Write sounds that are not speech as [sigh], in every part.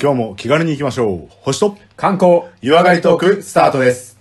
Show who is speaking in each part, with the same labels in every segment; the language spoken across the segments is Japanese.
Speaker 1: 今日も気軽に行きましょう。星と
Speaker 2: 観光
Speaker 1: 湯上がりトークスタートです。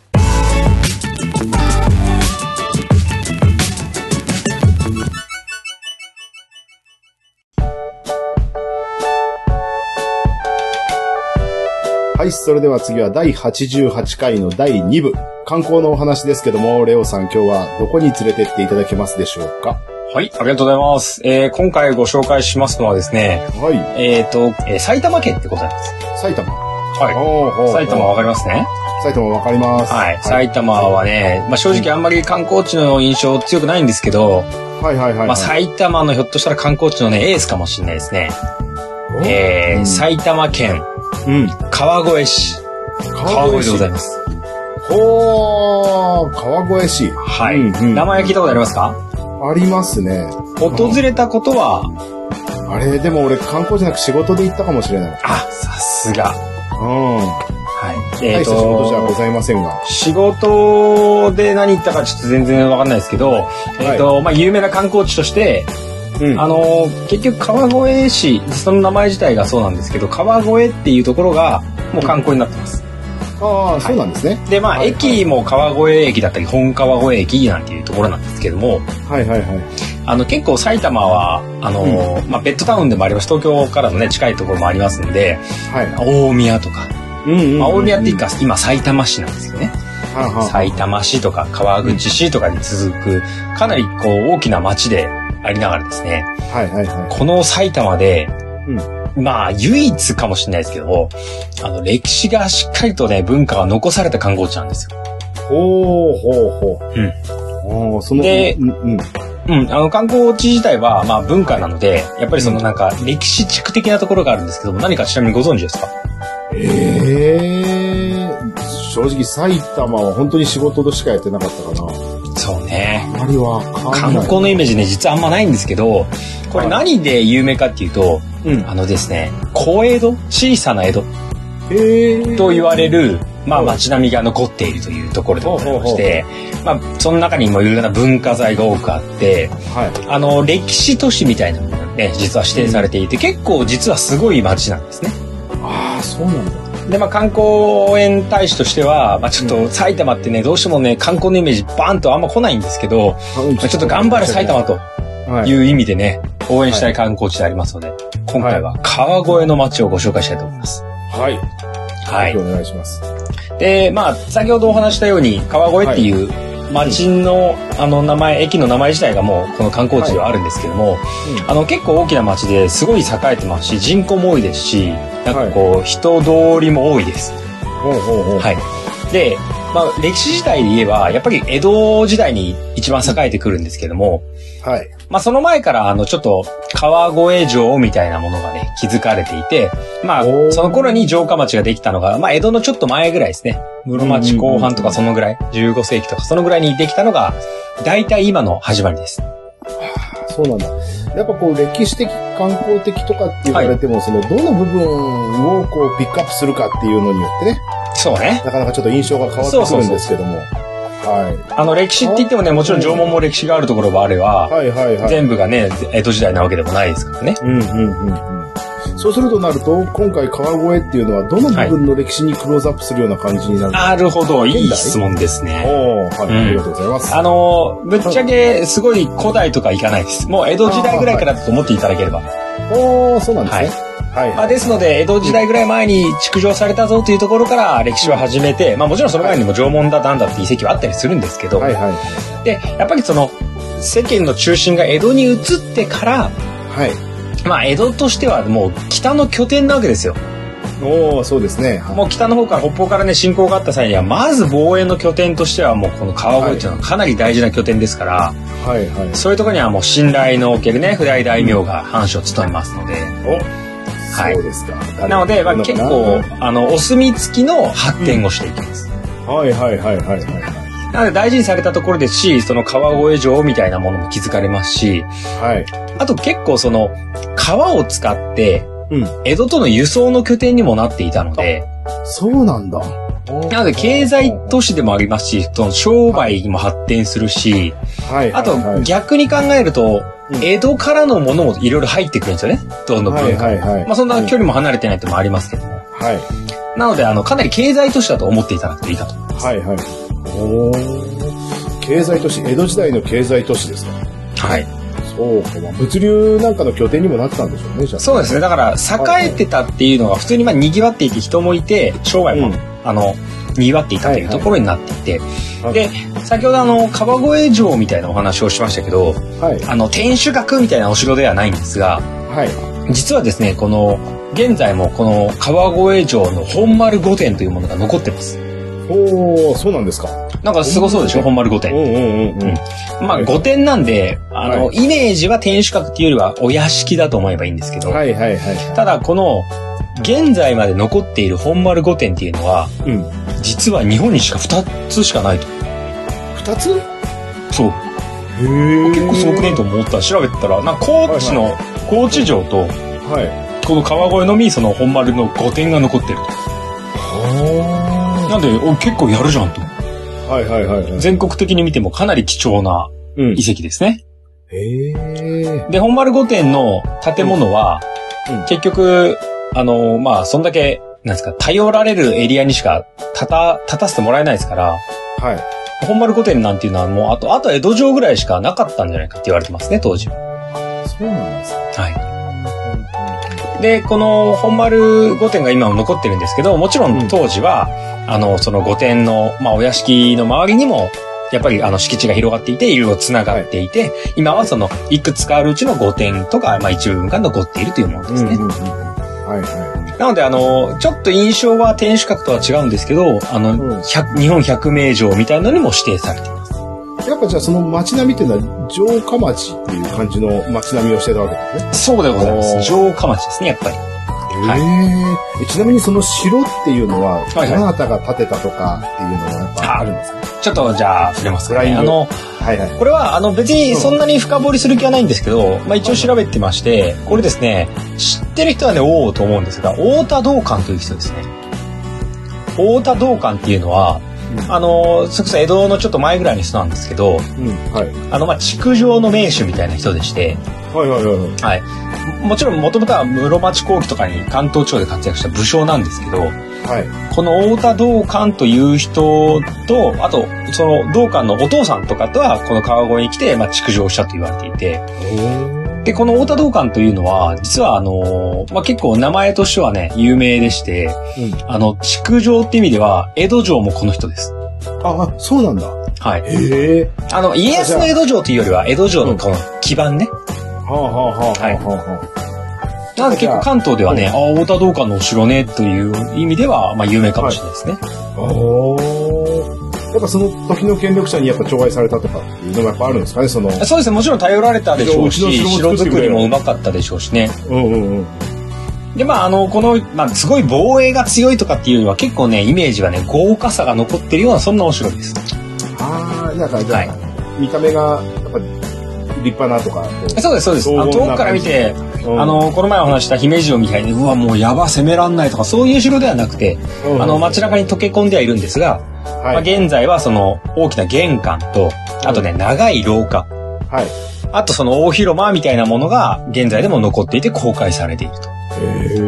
Speaker 1: はい、それでは次は第88回の第2部。観光のお話ですけども、レオさん今日はどこに連れてっていただけますでしょうか
Speaker 2: はい、ありがとうございます。えー、今回ご紹介しますのはですね、
Speaker 1: はい、
Speaker 2: えっ、と、えー埼玉県ってことなんです。
Speaker 1: 埼玉。
Speaker 2: は
Speaker 1: おーほーほー
Speaker 2: 埼玉わかりますね。
Speaker 1: 埼玉わかります。
Speaker 2: はい。埼玉はね、まあ正直あんまり観光地の印象強くないんですけど、
Speaker 1: はいはいはいはい。
Speaker 2: まあ埼玉のひょっとしたら観光地のね、エースかもしれないですね。え
Speaker 1: う
Speaker 2: ー、
Speaker 1: ん
Speaker 2: 埼玉県
Speaker 1: うん。
Speaker 2: 川越市。川越でございます。
Speaker 1: ほー、川越市。
Speaker 2: はい。
Speaker 1: うんうん
Speaker 2: 名前聞いたことありますか
Speaker 1: ありますね。
Speaker 2: 訪れたことは、
Speaker 1: あれ、でも俺観光じゃなく仕事で行ったかもしれない。
Speaker 2: あ、さすが。
Speaker 1: うん。
Speaker 2: はい。え
Speaker 1: 大
Speaker 2: ー
Speaker 1: した仕事じゃございませんが。
Speaker 2: 仕事で何言ったかちょっと全然わかんないですけど、えっ、と、まあ、有名な観光地として、
Speaker 1: うん
Speaker 2: あのー結局川越市、その名前自体がそうなんですけど、川越っていうところがもう観光になってます。
Speaker 1: ああ、そうなんですね。
Speaker 2: で、まあ、
Speaker 1: はい
Speaker 2: 駅も川越駅だったり、本川越駅なんていうところなんですけども、
Speaker 1: はいはいはい。
Speaker 2: あの、結構埼玉は、あのーまあ、ベッドタウンでもあります。東京からのね、近いところもありますんで、
Speaker 1: はい。
Speaker 2: 大宮とか、
Speaker 1: うんうんうん
Speaker 2: まあ、大宮っていうか、今埼玉市なんですよね。
Speaker 1: はあはあ
Speaker 2: 埼玉市とか川口市とかに続く、かなりこう大きな町でありながらですね、
Speaker 1: はいはいは
Speaker 2: この埼玉で、まあ唯一かもしれないですけど、あの歴史がしっかりとね、文化が残された観光地なんですよ。
Speaker 1: い。ほー、ほー、ほー。うん。おーその、
Speaker 2: で
Speaker 1: うんうん。
Speaker 2: うん、あの観光地自体はまあ文化なので、やっぱりそのなんか歴史地区的なところがあるんですけども、何かちなみにご存知ですか
Speaker 1: えー、正直埼玉は本当に仕事としかやってなかったかな。
Speaker 2: そうね。
Speaker 1: あまりわか
Speaker 2: 観
Speaker 1: んない。
Speaker 2: 光のイメージね、実はあんまないんですけど、これ何で有名かっていうと、
Speaker 1: うん。
Speaker 2: あのですね、小江戸小さな江戸
Speaker 1: えー。
Speaker 2: と言われる、まあ、
Speaker 1: はい
Speaker 2: 街並みが残っているというところでございまして、まあ、その中にもいろいろな文化財が多くあって
Speaker 1: はい。
Speaker 2: あの歴史都市みたいなものがね実は指定されていて結構実はすごい街なんですね。
Speaker 1: ああ、そうなんだ。
Speaker 2: でまあ、観光園大使としては、まあ、ちょっと埼玉ってねどうしてもね観光のイメージバーンとあんま来ないんですけど、まあ、ちょっと頑張れ埼玉と
Speaker 1: はい
Speaker 2: いう意味でね応援したい観光地でありますので今回は川越の街をご紹介したいと思います。
Speaker 1: はい。
Speaker 2: はい
Speaker 1: お願いします。
Speaker 2: で、まあ、先ほどお話ししたように、川越っていう町の、あの名前、駅の名前自体がもうこの観光地ではあるんですけども、
Speaker 1: うん
Speaker 2: あの結構大きな町ですごい栄えてますし、人口も多いですし、なんかこう、人通りも多いです。
Speaker 1: ほうほうほう。
Speaker 2: はい。で、まあ、歴史自体で言えば、やっぱり江戸時代に一番栄えてくるんですけども、
Speaker 1: はい。
Speaker 2: まあ、その前から、あの、ちょっと、川越城みたいなものがね、築かれていて、まあ
Speaker 1: おー、
Speaker 2: その頃に城下町ができたのが、まあ、江戸のちょっと前ぐらいですね。室町後半とかそのぐらい、15世紀とかそのぐらいにできたのが、大体今の始まりです。
Speaker 1: そうなんだ。やっぱこう歴史的、観光的とかって言われても、そのどの部分をこうピックアップするかっていうのによってね、
Speaker 2: そうね。
Speaker 1: なかなかちょっと印象が変わってくるんですけども。は
Speaker 2: あの、歴史って言ってもね、もちろん縄文も歴史があるところもあれ
Speaker 1: い。
Speaker 2: ば、
Speaker 1: はいはいはい。
Speaker 2: 全部がね、江戸時代なわけでもないですからね。
Speaker 1: うんうんうんうん。そうするとなると、今回川越っていうのはどの部分の歴史にクローズアップするような感じになるんですか、
Speaker 2: なるほど、いい質問ですね。
Speaker 1: おーはい、
Speaker 2: うん
Speaker 1: ありがとうございます。
Speaker 2: あのーぶっちゃけ、すごい古代とかいかないです。もう江戸時代ぐらいからだと思っていただければ。
Speaker 1: おーそうなんですね。はい。
Speaker 2: まあ、ですので江戸時代ぐらい前に築城されたぞというところから歴史を始めて、まあ、もちろんその前にも縄文だなんだって遺跡はあったりするんですけど、
Speaker 1: はいはい。
Speaker 2: でやっぱりその世間の中心が江戸に移ってから、
Speaker 1: はい。
Speaker 2: まあ、江戸としてはもう北の拠点なわけですよ
Speaker 1: おーそうですね。はい
Speaker 2: もう北の方から北方からね侵攻があった際にはまず防衛の拠点としてはもうこの川越というのはかなり大事な拠点ですから、
Speaker 1: はいはい。
Speaker 2: そういうところにはもう信頼のおけるね不代大名が藩主を務めますので。はい
Speaker 1: そうですか。
Speaker 2: なので、まあ、結構
Speaker 1: は、
Speaker 2: あの、お墨付きの発展をしていきます。
Speaker 1: いはいはいはいは
Speaker 2: なので大事にされたところですし、その川越城みたいなものも築かれますし、
Speaker 1: い。はい。
Speaker 2: あと結構その川を使って、
Speaker 1: うん。
Speaker 2: 江戸との輸送の拠点にもなっていたので、
Speaker 1: そうなんだ。
Speaker 2: なので経済都市でもありますし、その商売にも発展するし、
Speaker 1: はいはいはい。
Speaker 2: あと
Speaker 1: はい
Speaker 2: 逆に考える
Speaker 1: う、
Speaker 2: と
Speaker 1: ん
Speaker 2: 江戸からのものもいろいろ入ってくるんですよね。どんどん
Speaker 1: はい
Speaker 2: 文化。
Speaker 1: はい。
Speaker 2: まあそんな距離も離れてないってのもありますけども。
Speaker 1: はい。
Speaker 2: なので、あの、かなり経済都市だと思っていただくといいかと。
Speaker 1: はいはい。おー経済都市、江戸時代の経済都市ですか。
Speaker 2: はい。
Speaker 1: そうか、まあ物流なんかの拠点にもなってたんでしょうね、じゃあ。
Speaker 2: そうですね。だから、栄えてたっていうのが、普通にまあ、賑わっていて人もいて、商売も、
Speaker 1: うん
Speaker 2: あの、賑わっていたというところになっていて、
Speaker 1: はい
Speaker 2: で、先ほどあの、川越城みたいなお話をしましたけど、
Speaker 1: はい。
Speaker 2: あの、天守閣みたいなお城ではないんですが、
Speaker 1: はい。
Speaker 2: 実はですね、この、現在もこの川越城の本丸御殿というものが残ってます。
Speaker 1: おお、そうなんですか。
Speaker 2: なんかすごそうでしょ本丸御
Speaker 1: うんう
Speaker 2: 殿。
Speaker 1: んうんうん。
Speaker 2: まあ御殿なんで、あの、イメージは天守閣っていうよりはお屋敷だと思えばいいんですけど、
Speaker 1: はいはいは
Speaker 2: ただこの、現在まで残っている本丸御殿っていうのは、
Speaker 1: い。うん。
Speaker 2: 実は日本にしか2つしかないと。
Speaker 1: 二つへ
Speaker 2: そう。
Speaker 1: え
Speaker 2: 結構すごくねと思ったら調べてたら、なんか高知の、高知城と、
Speaker 1: はい。
Speaker 2: この川越のみその本丸の御殿が残ってる。
Speaker 1: は
Speaker 2: なんで、お結構やるじゃんと。
Speaker 1: あ。はいはいはいはい。
Speaker 2: 全国的に見てもかなり貴重な
Speaker 1: うん
Speaker 2: 遺。跡ですね。
Speaker 1: へえ。
Speaker 2: で、本丸御殿の建物は、
Speaker 1: うんうん
Speaker 2: 結局、あの、まあ、そんだけ、なんですか、頼られるエリアにしか立た、立たせてもらえないですから、
Speaker 1: はい。
Speaker 2: 本丸御殿なんていうのはもう、あと、あと江戸城ぐらいしかなかったんじゃないかって言われてますね、当時。は
Speaker 1: そうなんですか。
Speaker 2: い。で、この本丸御殿が今も残ってるんですけど、もちろ
Speaker 1: うん
Speaker 2: ん当時は、あの、その御殿の、まあ、お屋敷の周りにも、やっぱりあの敷地が広がっていて、いろいろ繋がっていて、今はその、いくつかあるうちの御殿とか、まあ一部分が残っているというものですね。
Speaker 1: うんうんうんはいは
Speaker 2: なので、あの、ちょっと印象は天守閣とは違うんですけど、あ
Speaker 1: うん
Speaker 2: の、百日本百名城みたいなのにも指定されてます。
Speaker 1: い。やっぱじゃあその街並みっていうのは城下町っていう感じの街並みをしてたわけですね。
Speaker 2: そうでございま
Speaker 1: おー
Speaker 2: す。城下町ですね、やっぱり。はい
Speaker 1: い。ちなみにその城っていうのは、
Speaker 2: はいはい
Speaker 1: どなたが建てたとかっていうのはやっぱあるんですか
Speaker 2: ちょっと、じゃあ、触れますか、
Speaker 1: フライン
Speaker 2: ね。
Speaker 1: グ
Speaker 2: あの、
Speaker 1: はいはい。
Speaker 2: これは、あの、別にそんなに深掘りする気はないんですけど、まあ一応調べてまして、これですね、知ってる人はね、おおと思うんですが、太田道館という人ですね。太田道館っていうのは、あの、それこそ江戸のちょっと前ぐらいの人なんですけど、
Speaker 1: うん。はい。
Speaker 2: あの、まあ、築城の名手みたいな人でして、
Speaker 1: はいはいはいはい。
Speaker 2: はい。もちろん、もともとは室町後期とかに関東地方で活躍した武将なんですけど、
Speaker 1: はい。
Speaker 2: この太田道館という人と、あと、その道館のお父さんとかとは、この川越に来て、まあ、築城したと言われていて、で、この太田道館というのは、実はあのーまあ、結構名前としてはね、有名でして、
Speaker 1: うん
Speaker 2: あの、築城って意味では、江戸城もこの人です。
Speaker 1: あ、そうなんだ。
Speaker 2: はい。
Speaker 1: へえ。
Speaker 2: あの、家康の江戸城というよりは、江戸城のこの基盤ね。
Speaker 1: はあはあはあはあ
Speaker 2: はい
Speaker 1: は
Speaker 2: なので結構関東ではね、ああ、太田道館のお城ね、という意味では、まあ有名かもしれないですね。
Speaker 1: あ。おーやっぱその時の権力者にやっぱ除外されたとかっていうのもやっぱあるんですかね、その。
Speaker 2: そうですね、もちろん頼られたでしょうし、
Speaker 1: いやうちの城
Speaker 2: 城
Speaker 1: も作ってく
Speaker 2: 作
Speaker 1: れ
Speaker 2: り
Speaker 1: よ
Speaker 2: もうまかったでしょうしね。
Speaker 1: うんうんうん。
Speaker 2: で、まああの、この、まあすごい防衛が強いとかっていうのは結構ね、イメージはね、豪華さが残ってるような、そんなお城です。
Speaker 1: ああ、なんかじゃあ、
Speaker 2: はい
Speaker 1: 見た目がやっぱ立派なとか。
Speaker 2: そうです、そうです。あの
Speaker 1: 荘厳
Speaker 2: 遠
Speaker 1: な
Speaker 2: くから見て、
Speaker 1: うん
Speaker 2: あ、の、この前お話した姫路城みたいに、うわ、もうやば、攻めらんないとか、そういう城ではなくて、
Speaker 1: うん
Speaker 2: あの、、街中に溶け込んではいるんですが、まあ
Speaker 1: はい。
Speaker 2: 現在はその、大きな玄関と、あとね、長い廊下。
Speaker 1: はい。
Speaker 2: あとその大広間みたいなものが現在でも残っていて公開されていると。
Speaker 1: へ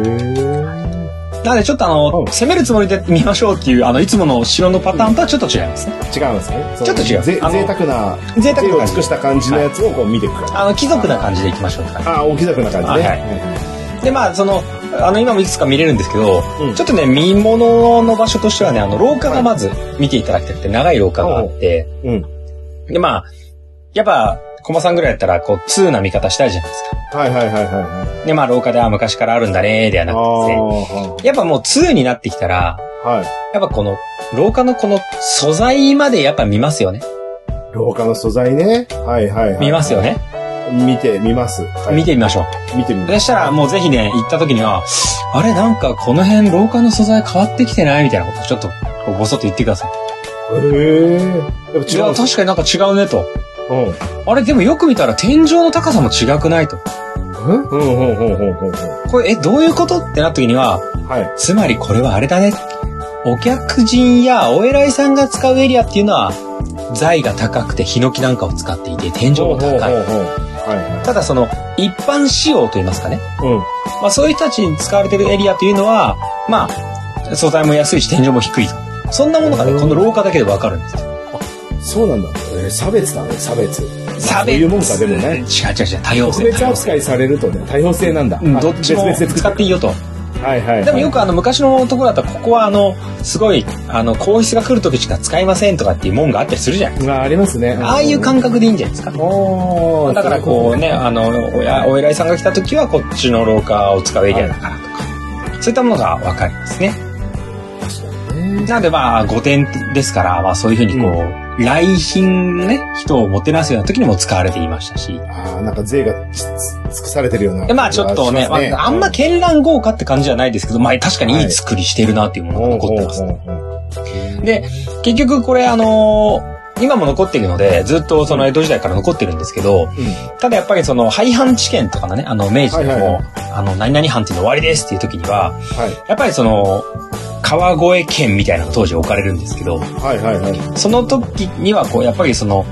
Speaker 2: なのでちょっとあの、
Speaker 1: うん
Speaker 2: 攻めるつもりで見ましょうっていう、あの、いつもの城のパターンとはちょっと違いますね。
Speaker 1: え。違うんですね。
Speaker 2: ちょっと違う
Speaker 1: ぜ
Speaker 2: あの
Speaker 1: 贅沢な、
Speaker 2: 贅沢な
Speaker 1: を
Speaker 2: 感
Speaker 1: 尽くし
Speaker 2: じ。
Speaker 1: た感じのやつをこう見ていく感
Speaker 2: あの、貴族な感じでいきましょうって感
Speaker 1: じ。ああ、大きな感じね。
Speaker 2: はいはいじ。で、まあ、その、あの、今もいくつか見れるんですけど、
Speaker 1: うん
Speaker 2: ちょっとね、見物の場所としてはね、あの、廊下がまず見ていただきたくて、長い廊下があって、
Speaker 1: うん。
Speaker 2: で、まあ、やっぱ、駒さんぐらいだったら、こう、通な見方したいじゃないですか。
Speaker 1: はいはいはいはいはい。
Speaker 2: で、まあ、廊下で、あ、昔からあるんだね、ではなく
Speaker 1: あ
Speaker 2: てですね。
Speaker 1: あ
Speaker 2: やっぱもう通になってきたら、
Speaker 1: ー、はい。
Speaker 2: やっぱこの、廊下のこの素材までやっぱ見ますよね。
Speaker 1: 廊下の素材ね。はいはいはい。
Speaker 2: 見ますよ。ね。
Speaker 1: 見て、見ます。はい
Speaker 2: 見てみましょ
Speaker 1: 見てみ
Speaker 2: う。
Speaker 1: ます。
Speaker 2: そしたらもうぜひね、行った時には、あれなんかこの辺廊下の素材変わってきてないみたいなことちょっと、こうぼそっと言ってください。
Speaker 1: へえ。やっぱ違
Speaker 2: いや
Speaker 1: う。
Speaker 2: 確かになんか違うねと。
Speaker 1: うん。
Speaker 2: あれでもよく見たら天井の高さも違くないと。
Speaker 1: うんうんうんうんうんうん
Speaker 2: これ、え、どういうことってなった時には、
Speaker 1: うん。はい。
Speaker 2: つまりこれはあれだね。お客人やお偉いさんが使うエリアっていうのは、材が高くてヒノキなんかを使っていて天井も高い。
Speaker 1: ほうほうほうほうはいは
Speaker 2: ただその一般仕様といいますかね、
Speaker 1: い。うん。
Speaker 2: まあ、そういう人たちに使われてるエリアというのはまあ素材も安いし天井も低いとそんなものがね
Speaker 1: うん
Speaker 2: この廊下だけでわかるんですよ
Speaker 1: そうなんだ。えー差別だね、差別。
Speaker 2: 差
Speaker 1: そういうもんか、でも
Speaker 2: 違う違う違
Speaker 1: ね。
Speaker 2: う多様
Speaker 1: 特
Speaker 2: 性
Speaker 1: 別扱いされるとね、多様性なんだ。
Speaker 2: うん、
Speaker 1: あ
Speaker 2: どっちも
Speaker 1: 別々で
Speaker 2: 使っていいよと。
Speaker 1: はいはいはい。
Speaker 2: でもよくあの昔のところだったら、ここはあの、すごい、あの、皇室が来る時しか使いませんとかっていう門があったりするじゃない
Speaker 1: まあ、ありますね。
Speaker 2: ああいう感覚でいいんじゃないですか。
Speaker 1: おー
Speaker 2: だからこうね、あの、おやお偉いさんが来た時はこっちの廊下を使うエリアだからとか、そういったものがわかりますね。
Speaker 1: ね。
Speaker 2: なのでまあ、御殿ですから、まあそういうふうにこう、来賓ね、人をもてなすような時にも使われていましたし、
Speaker 1: ああ、なんか税がつつ尽くされてるような。
Speaker 2: でまあちょっとね、まあ、あんま絢爛豪華って感じじゃないですけど、まあ確かにいい作りしてるなっていうものが残ってます。で、結局これあのー今も残っているので、ずっとその江戸時代から残ってるんですけど、ただやっぱりその廃藩置県とかのね、あの明治でも、
Speaker 1: はいはいは
Speaker 2: あの何々藩っていうの終わりですっていう時には、
Speaker 1: は
Speaker 2: やっぱりその川越県みたいなのが当時置かれるんですけど、
Speaker 1: いはいはいはい。
Speaker 2: その時にはこうやっぱりその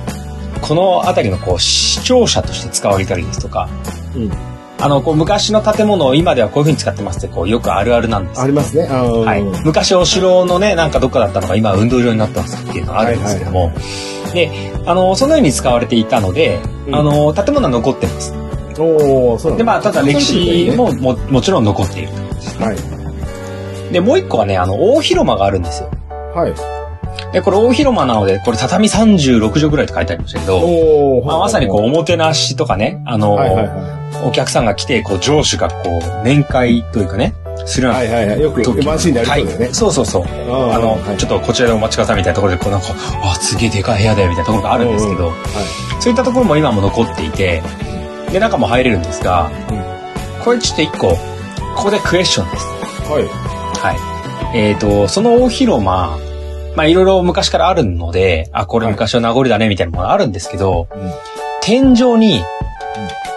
Speaker 2: この辺りのこう視聴者として使われたりですとか、
Speaker 1: うん
Speaker 2: あのこう昔の建物を今ではこういうふうに使ってますってこうよくあるあるなんです
Speaker 1: あ
Speaker 2: け
Speaker 1: り
Speaker 2: ど。
Speaker 1: ますね。あのー
Speaker 2: はい、昔お城のねなんかどっかだったのが今は運動場になってますっていうのがあるんですけども、であのそのように使われていたので、
Speaker 1: うん
Speaker 2: あの建物は残ってます
Speaker 1: おーそうなん
Speaker 2: でまあただ歴史。もももちろん残っている
Speaker 1: はい。
Speaker 2: でもう一個はねあの大広間があるんですよ
Speaker 1: はい。
Speaker 2: でこれ大広間なのでこれ畳36畳ぐらいって書いてありましたけど
Speaker 1: おー
Speaker 2: まあ、まさにこう、おもてなしとかね、あの、
Speaker 1: はいはいは
Speaker 2: お客さんが来て、こう、上司がこう、面会というかね、するよう
Speaker 1: い。
Speaker 2: な
Speaker 1: はいはいはい。よく、
Speaker 2: 時
Speaker 1: ワンシーンでありそうだよね。
Speaker 2: そうそうそう。あの、ちょっ
Speaker 1: っ
Speaker 2: とこちらでお待ちくださいみたいなところで、こうなんか、あ、すげえでかい部屋だよみたいなところがあるんですけど、そういったところも今も残っていて、で、中も入れるんですが、これちょっと一個、ここでクエスチョンです。
Speaker 1: はい。
Speaker 2: はい。えっ、と、その大広間、まあいろいろ昔からあるので、あ、これ昔の名残だねみたいなものがあるんですけど、天井に、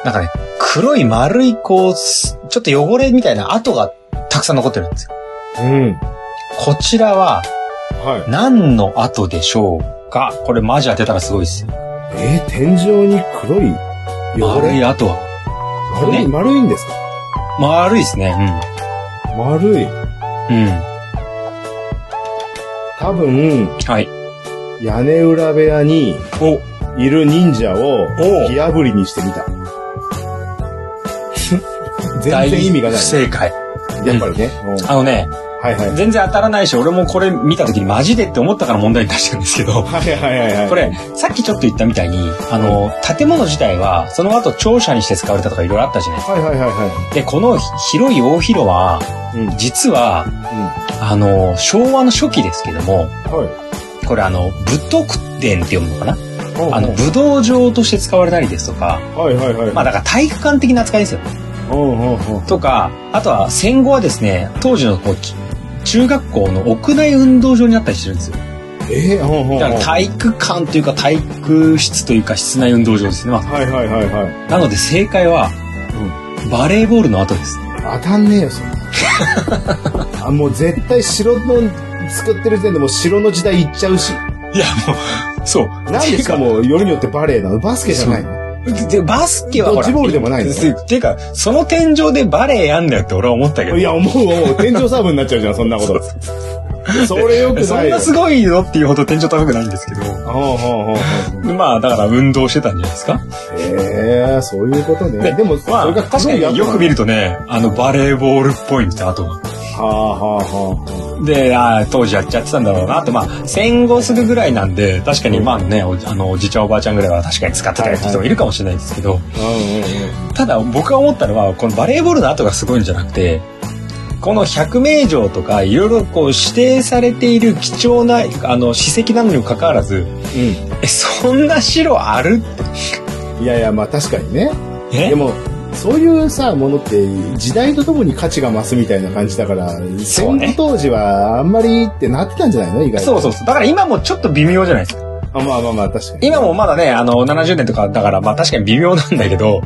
Speaker 2: なんかね、黒い丸いこう、すちょっと汚れみたいな跡がたくさん残ってるんですよ。
Speaker 1: うん。うん。
Speaker 2: こちらは
Speaker 1: はい。
Speaker 2: 何の跡でしょうかこれマジ当てたらすごいですよ。
Speaker 1: えー、天井に黒い汚
Speaker 2: 丸い
Speaker 1: れ
Speaker 2: 跡は。
Speaker 1: 丸い、
Speaker 2: ね
Speaker 1: 丸いんですか
Speaker 2: 丸いですね。
Speaker 1: 丸い。
Speaker 2: うん。うん。
Speaker 1: 多分、
Speaker 2: はい。
Speaker 1: 屋根裏部屋に
Speaker 2: お、
Speaker 1: いる忍者を
Speaker 2: おう
Speaker 1: 火炙りにしてみ [laughs] た。全然意味がな
Speaker 2: 不正解。
Speaker 1: い。やっぱりね。うん
Speaker 2: あのね、
Speaker 1: はいはい。
Speaker 2: 全然当たらないし、俺もこれ見た時にマジでって思ったから問題に出したんですけど、
Speaker 1: はいはいはいはい。
Speaker 2: これ、さっきちょっと言ったみたいに、あの、建物自体は、その後庁舎にして使われたとかいろいろあったじゃないですか
Speaker 1: はいはいはいは
Speaker 2: で、この広い大広は、
Speaker 1: い。うん。うん。
Speaker 2: 実は、あの、昭和の初期ですけども、
Speaker 1: は。
Speaker 2: これあの、武徳殿って読むのかないあの、武道場として使われたりですとか、
Speaker 1: はいはいはい。
Speaker 2: まあだから体育館的な扱いですよ。
Speaker 1: うんうんうん。
Speaker 2: とか、あとは戦後はですね、当時のこう、き中学校の屋内運動場になったりしてるんですよ。
Speaker 1: えー、うんうんうん。
Speaker 2: だから体育館というか体育室というか室内運動場ですね。ま
Speaker 1: はいはいはいはい。
Speaker 2: あなので正解は、バレーボールの後です。
Speaker 1: 当たんねえよ、そんな。 [laughs] あ、もう絶対城の作ってる時点でもう城の時代行っちゃうし。
Speaker 2: いや、もう、そう。
Speaker 1: なんですかもう、よりによってバレエなのバスケじゃないの
Speaker 2: で、バスケはほら。
Speaker 1: ドッジボールでもないの
Speaker 2: てていうか、その天井でバレエやんだよって俺は思ったけど。
Speaker 1: いや、思う思う。天井サーブになっちゃうじゃん、そんな [laughs] こと。それよく
Speaker 2: そ
Speaker 1: なんいよ
Speaker 2: な。すごいのっていうほど天井高くないんですけ
Speaker 1: ほうほうほうほう
Speaker 2: ど。まあ、だから運動してたんじゃないですか。
Speaker 1: へえ、そういうことね。
Speaker 2: で
Speaker 1: でも、
Speaker 2: ま
Speaker 1: そ
Speaker 2: あ、
Speaker 1: れが
Speaker 2: 確かによく見るとね、あの、バレーボールっぽいみたいな跡が。
Speaker 1: はあはあは
Speaker 2: で、ああ、当時やっちゃってたんだろうなと。まあ、戦後すぐぐらいなんで、確かにまあね、おあの、おじいちゃんおばあちゃんぐらいは確かに使ってたよって人もいるかもしれないですけど、
Speaker 1: あ。うん
Speaker 2: ただ僕が思ったのはこのバレーボールの後がすごいんじゃなくてこの百名城とかいろいろこう指定されている貴重なあの史跡なのにもかかわらず
Speaker 1: うんうん。
Speaker 2: えそんな城ある
Speaker 1: うん。いやいや、まあ確かにね。
Speaker 2: え
Speaker 1: でも、そういうさ、ものって、時代とともに価値が増すみたいな感じだから、
Speaker 2: そう
Speaker 1: 戦
Speaker 2: ね
Speaker 1: 後当時はあんまりってなってたんじゃないの意外と。
Speaker 2: そうそうそうだから今もちょっと微妙じゃないですか
Speaker 1: うん。あまあまあまあ、確かに。
Speaker 2: 今もまだね、あの、70年とかだから、まあ確かに微妙なんだけど、
Speaker 1: はい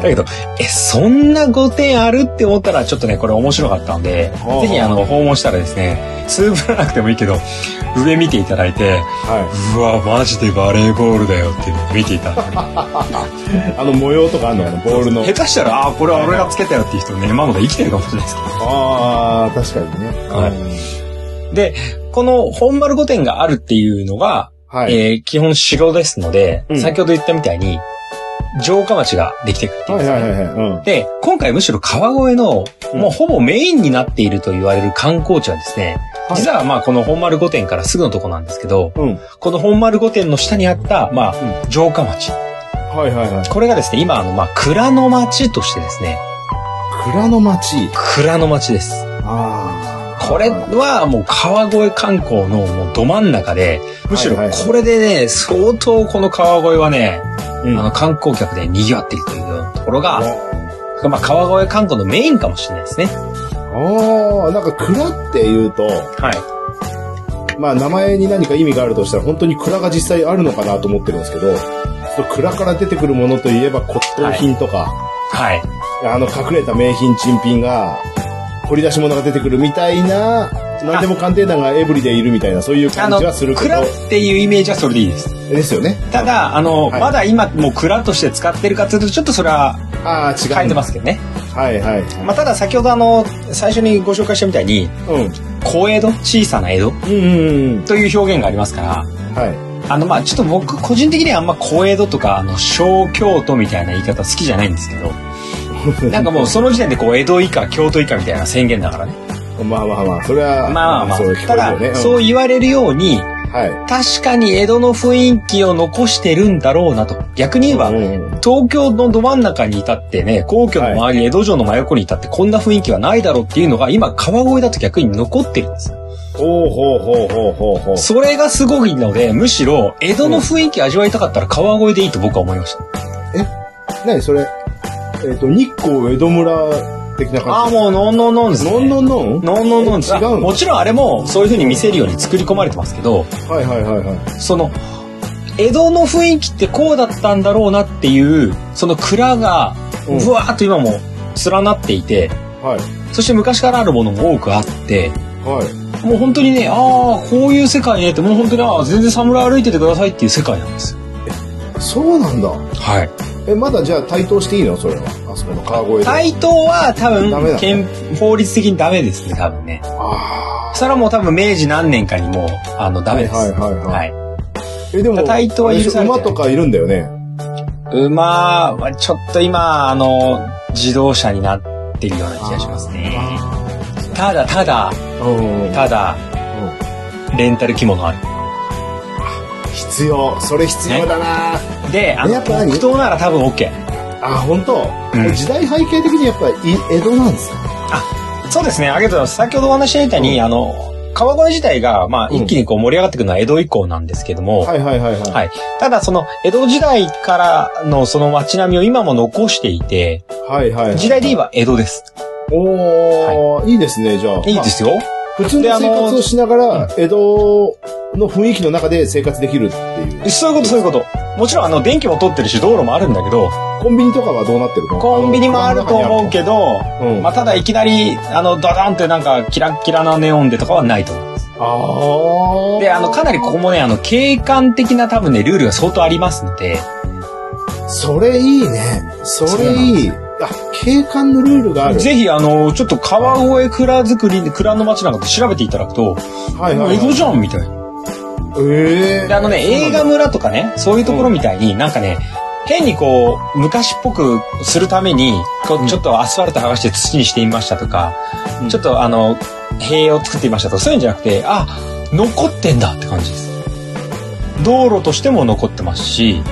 Speaker 1: はい。
Speaker 2: けど、え、そんな5点あるって思ったら、ちょっとね、これ面白かったんで
Speaker 1: お、う
Speaker 2: ぜひ、あの、訪問したらですね、ツーブラなくてもいいけど、上見ていただいて、
Speaker 1: は
Speaker 2: うわ、マジでバレーボールだよっていうのを見ていただく。
Speaker 1: い。あの模様とかあんのかなボールの。
Speaker 2: 下手したら、あ、これは俺がつけたよっていう人ね、今まで生きてるかもしれないですけ
Speaker 1: ああ、確かにね。
Speaker 2: はい
Speaker 1: い。
Speaker 2: ど。で、 [laughs] この本丸5点があるっていうのが、
Speaker 1: はい。
Speaker 2: えー基本城ですので、
Speaker 1: うん
Speaker 2: 先ほど言ったみたいに、城下町ができてくるっていうん
Speaker 1: は
Speaker 2: で
Speaker 1: い
Speaker 2: す
Speaker 1: は
Speaker 2: ね。
Speaker 1: いはいはい。うん。
Speaker 2: で、今回むしろ川越の、
Speaker 1: うん
Speaker 2: もうほぼメインになっていると言われる観光地はですね、
Speaker 1: はい
Speaker 2: 実はまあこの本丸御殿からすぐのとこなんですけど、
Speaker 1: うん。
Speaker 2: この本丸御殿の下にあった、まあ、城下町。
Speaker 1: はいはいはい。
Speaker 2: これがですね、今あの、まあ、蔵の町としてですね、
Speaker 1: 蔵の町。
Speaker 2: 蔵の町です。
Speaker 1: ああ。
Speaker 2: これはもう川越観光のもうど真ん中で、むしろ
Speaker 1: はいはい
Speaker 2: これでね、相当この川越はね、
Speaker 1: う
Speaker 2: あ
Speaker 1: ん
Speaker 2: の観光客で賑わっているというようなところが、まあ川越観光のメインかもしれないですね。
Speaker 1: ああ、なんか蔵って言うと、
Speaker 2: はい。
Speaker 1: まあ名前に何か意味があるとしたら本当に蔵が実際あるのかなと思ってるんですけど、その蔵から出てくるものといえば骨董品とか、
Speaker 2: はい。
Speaker 1: あの隠れた名品珍品が、掘り出し物が出てくるみたいな、何でも鑑定団がエブリでいるみたいな、そういう
Speaker 2: あ
Speaker 1: 感
Speaker 2: の、
Speaker 1: じはするけ
Speaker 2: 蔵
Speaker 1: ど、
Speaker 2: っていうイメージはそれでいいです。
Speaker 1: ですよね。
Speaker 2: ただ、あの、
Speaker 1: はい
Speaker 2: まだ今もう蔵として使ってるかというと、ちょっとそれは
Speaker 1: ああ、違う。。
Speaker 2: 変えてますすけどね。
Speaker 1: はいはい。
Speaker 2: まあ、ただ先ほどあの、最初にご紹介したみたいに、
Speaker 1: う
Speaker 2: 小江戸、小さな江戸
Speaker 1: ん。うんうんうん。
Speaker 2: という表現がありますから、
Speaker 1: は
Speaker 2: あの、まあ、ちょっと僕、個人的にはあんま小江戸とか、あの、小京都みたいな言い方好きじゃないんですけ
Speaker 1: [laughs]
Speaker 2: ど、
Speaker 1: い。
Speaker 2: なんかもうその時点でこう、江戸以下、京都以下みたいな宣言だからね。
Speaker 1: まあまあまあ、それは、
Speaker 2: まあまあま
Speaker 1: そう
Speaker 2: あ、
Speaker 1: 聞こ
Speaker 2: た
Speaker 1: えるよね。
Speaker 2: だ、そう言われるように、
Speaker 1: うんはい。
Speaker 2: 確かに江戸の雰囲気を残してるんだろうなと。逆に言えば
Speaker 1: う、んうん
Speaker 2: 東京のど真ん中にいたってね、皇居の周り、江戸城の真横にいたってこんな雰囲気はないだろうっていうのが今川越だと逆に残ってるんですよ。
Speaker 1: ほうほうほうほうほうほう。
Speaker 2: それがすごいので、むしろ江戸の雰囲気味わいたかったら川越でいいと僕は思いました。
Speaker 1: 何それえっ、と、日光江戸村的な
Speaker 2: ああ、
Speaker 1: 感
Speaker 2: もうノンノンノンです
Speaker 1: じ。
Speaker 2: ね。
Speaker 1: ノンノ
Speaker 2: ン
Speaker 1: ンノン
Speaker 2: ノンノンノンです。
Speaker 1: 違うの
Speaker 2: もちろんあれもそういう風に見せるように作り込まれてますけど、
Speaker 1: はいはいはいはい。
Speaker 2: その、江戸の雰囲気ってこうだったんだろうなっていう、その蔵が、
Speaker 1: うん
Speaker 2: ふわーっと今も連なっていて、
Speaker 1: はい。
Speaker 2: そして昔からあるものも多くあって、
Speaker 1: はい。
Speaker 2: もう本当にね、ああ、こういう世界ねって、もう本当に、ああ、全然侍歩いててくださいっていう世界なんですよ。
Speaker 1: そうなんだ。
Speaker 2: はい。
Speaker 1: え、まだじゃあ対等していいのそれは。あそこの川越で。
Speaker 2: 対等は
Speaker 1: ダ
Speaker 2: 多
Speaker 1: メな
Speaker 2: 分、
Speaker 1: の
Speaker 2: 憲法律的にダメですね、多分ね。
Speaker 1: あ
Speaker 2: それはもう多分明治何年かにもう、あの、ダメです。
Speaker 1: はいはいはいは
Speaker 2: は
Speaker 1: ーえ、でも、
Speaker 2: 対等は許されてない
Speaker 1: 馬とかいるんだよね。
Speaker 2: い馬はちょっと今、あの、自動車になってるような気がしますね。ただ、ただ、
Speaker 1: うん。
Speaker 2: ただ、レンタル着物ある。
Speaker 1: 必要。それ必要だな、
Speaker 2: で、あの、
Speaker 1: やっぱ何
Speaker 2: 北東なら多分 OK。
Speaker 1: あ、本当、
Speaker 2: うん
Speaker 1: 時代背景的にやっぱり江戸なんですか
Speaker 2: そうですね、ありがとうございます。先ほどお話ししたみたいに、あの、川越自体が、まあ、
Speaker 1: うん
Speaker 2: 一気にこう盛り上がってくるのは江戸以降なんですけども、
Speaker 1: はいはいはいはい。
Speaker 2: はいただその、江戸時代からのその街並みを今も残していて、
Speaker 1: はいはいはい
Speaker 2: 時代で言えば江戸です。
Speaker 1: おー、い、いですね、じゃあ。
Speaker 2: いいですよ。
Speaker 1: 普通の生活をしながら、江戸の雰囲気の中で生活できるっていう。
Speaker 2: そういうこと、そういうこと。もちろん、あの、電気も通ってるし、道路もあるんだけど、
Speaker 1: コンビニとかはどうなってるの
Speaker 2: コンビニもあると思うけど、
Speaker 1: ど。うん。
Speaker 2: ま
Speaker 1: あ
Speaker 2: あ、ただいきなり、あの、ドドンってなんか、キラッキラなネオンでとかはないと思う。
Speaker 1: あ。
Speaker 2: で、あの、かなりここもね、あの、景観的な多分ね、ルールが相当ありますので、
Speaker 1: それいいね。それいい。あ、景観のルールがある。
Speaker 2: ぜひ、あの、ちょっと川越蔵造り、蔵の町なんかと調べていただくと、
Speaker 1: はいはい、
Speaker 2: 江戸
Speaker 1: はい。
Speaker 2: じゃんみたいな。
Speaker 1: ええ
Speaker 2: で、あのね、映画村とかね、そういうところみたいに、なんかね、変にこう、昔っぽくするために、こ
Speaker 1: うん
Speaker 2: うちょっとアスファルト剥がして土にしてみましたとか
Speaker 1: うん、
Speaker 2: ちょっとあの、塀を作ってみましたとか、そういうんじゃなくて、あ、残ってんだって感じです。道路としても残ってますし、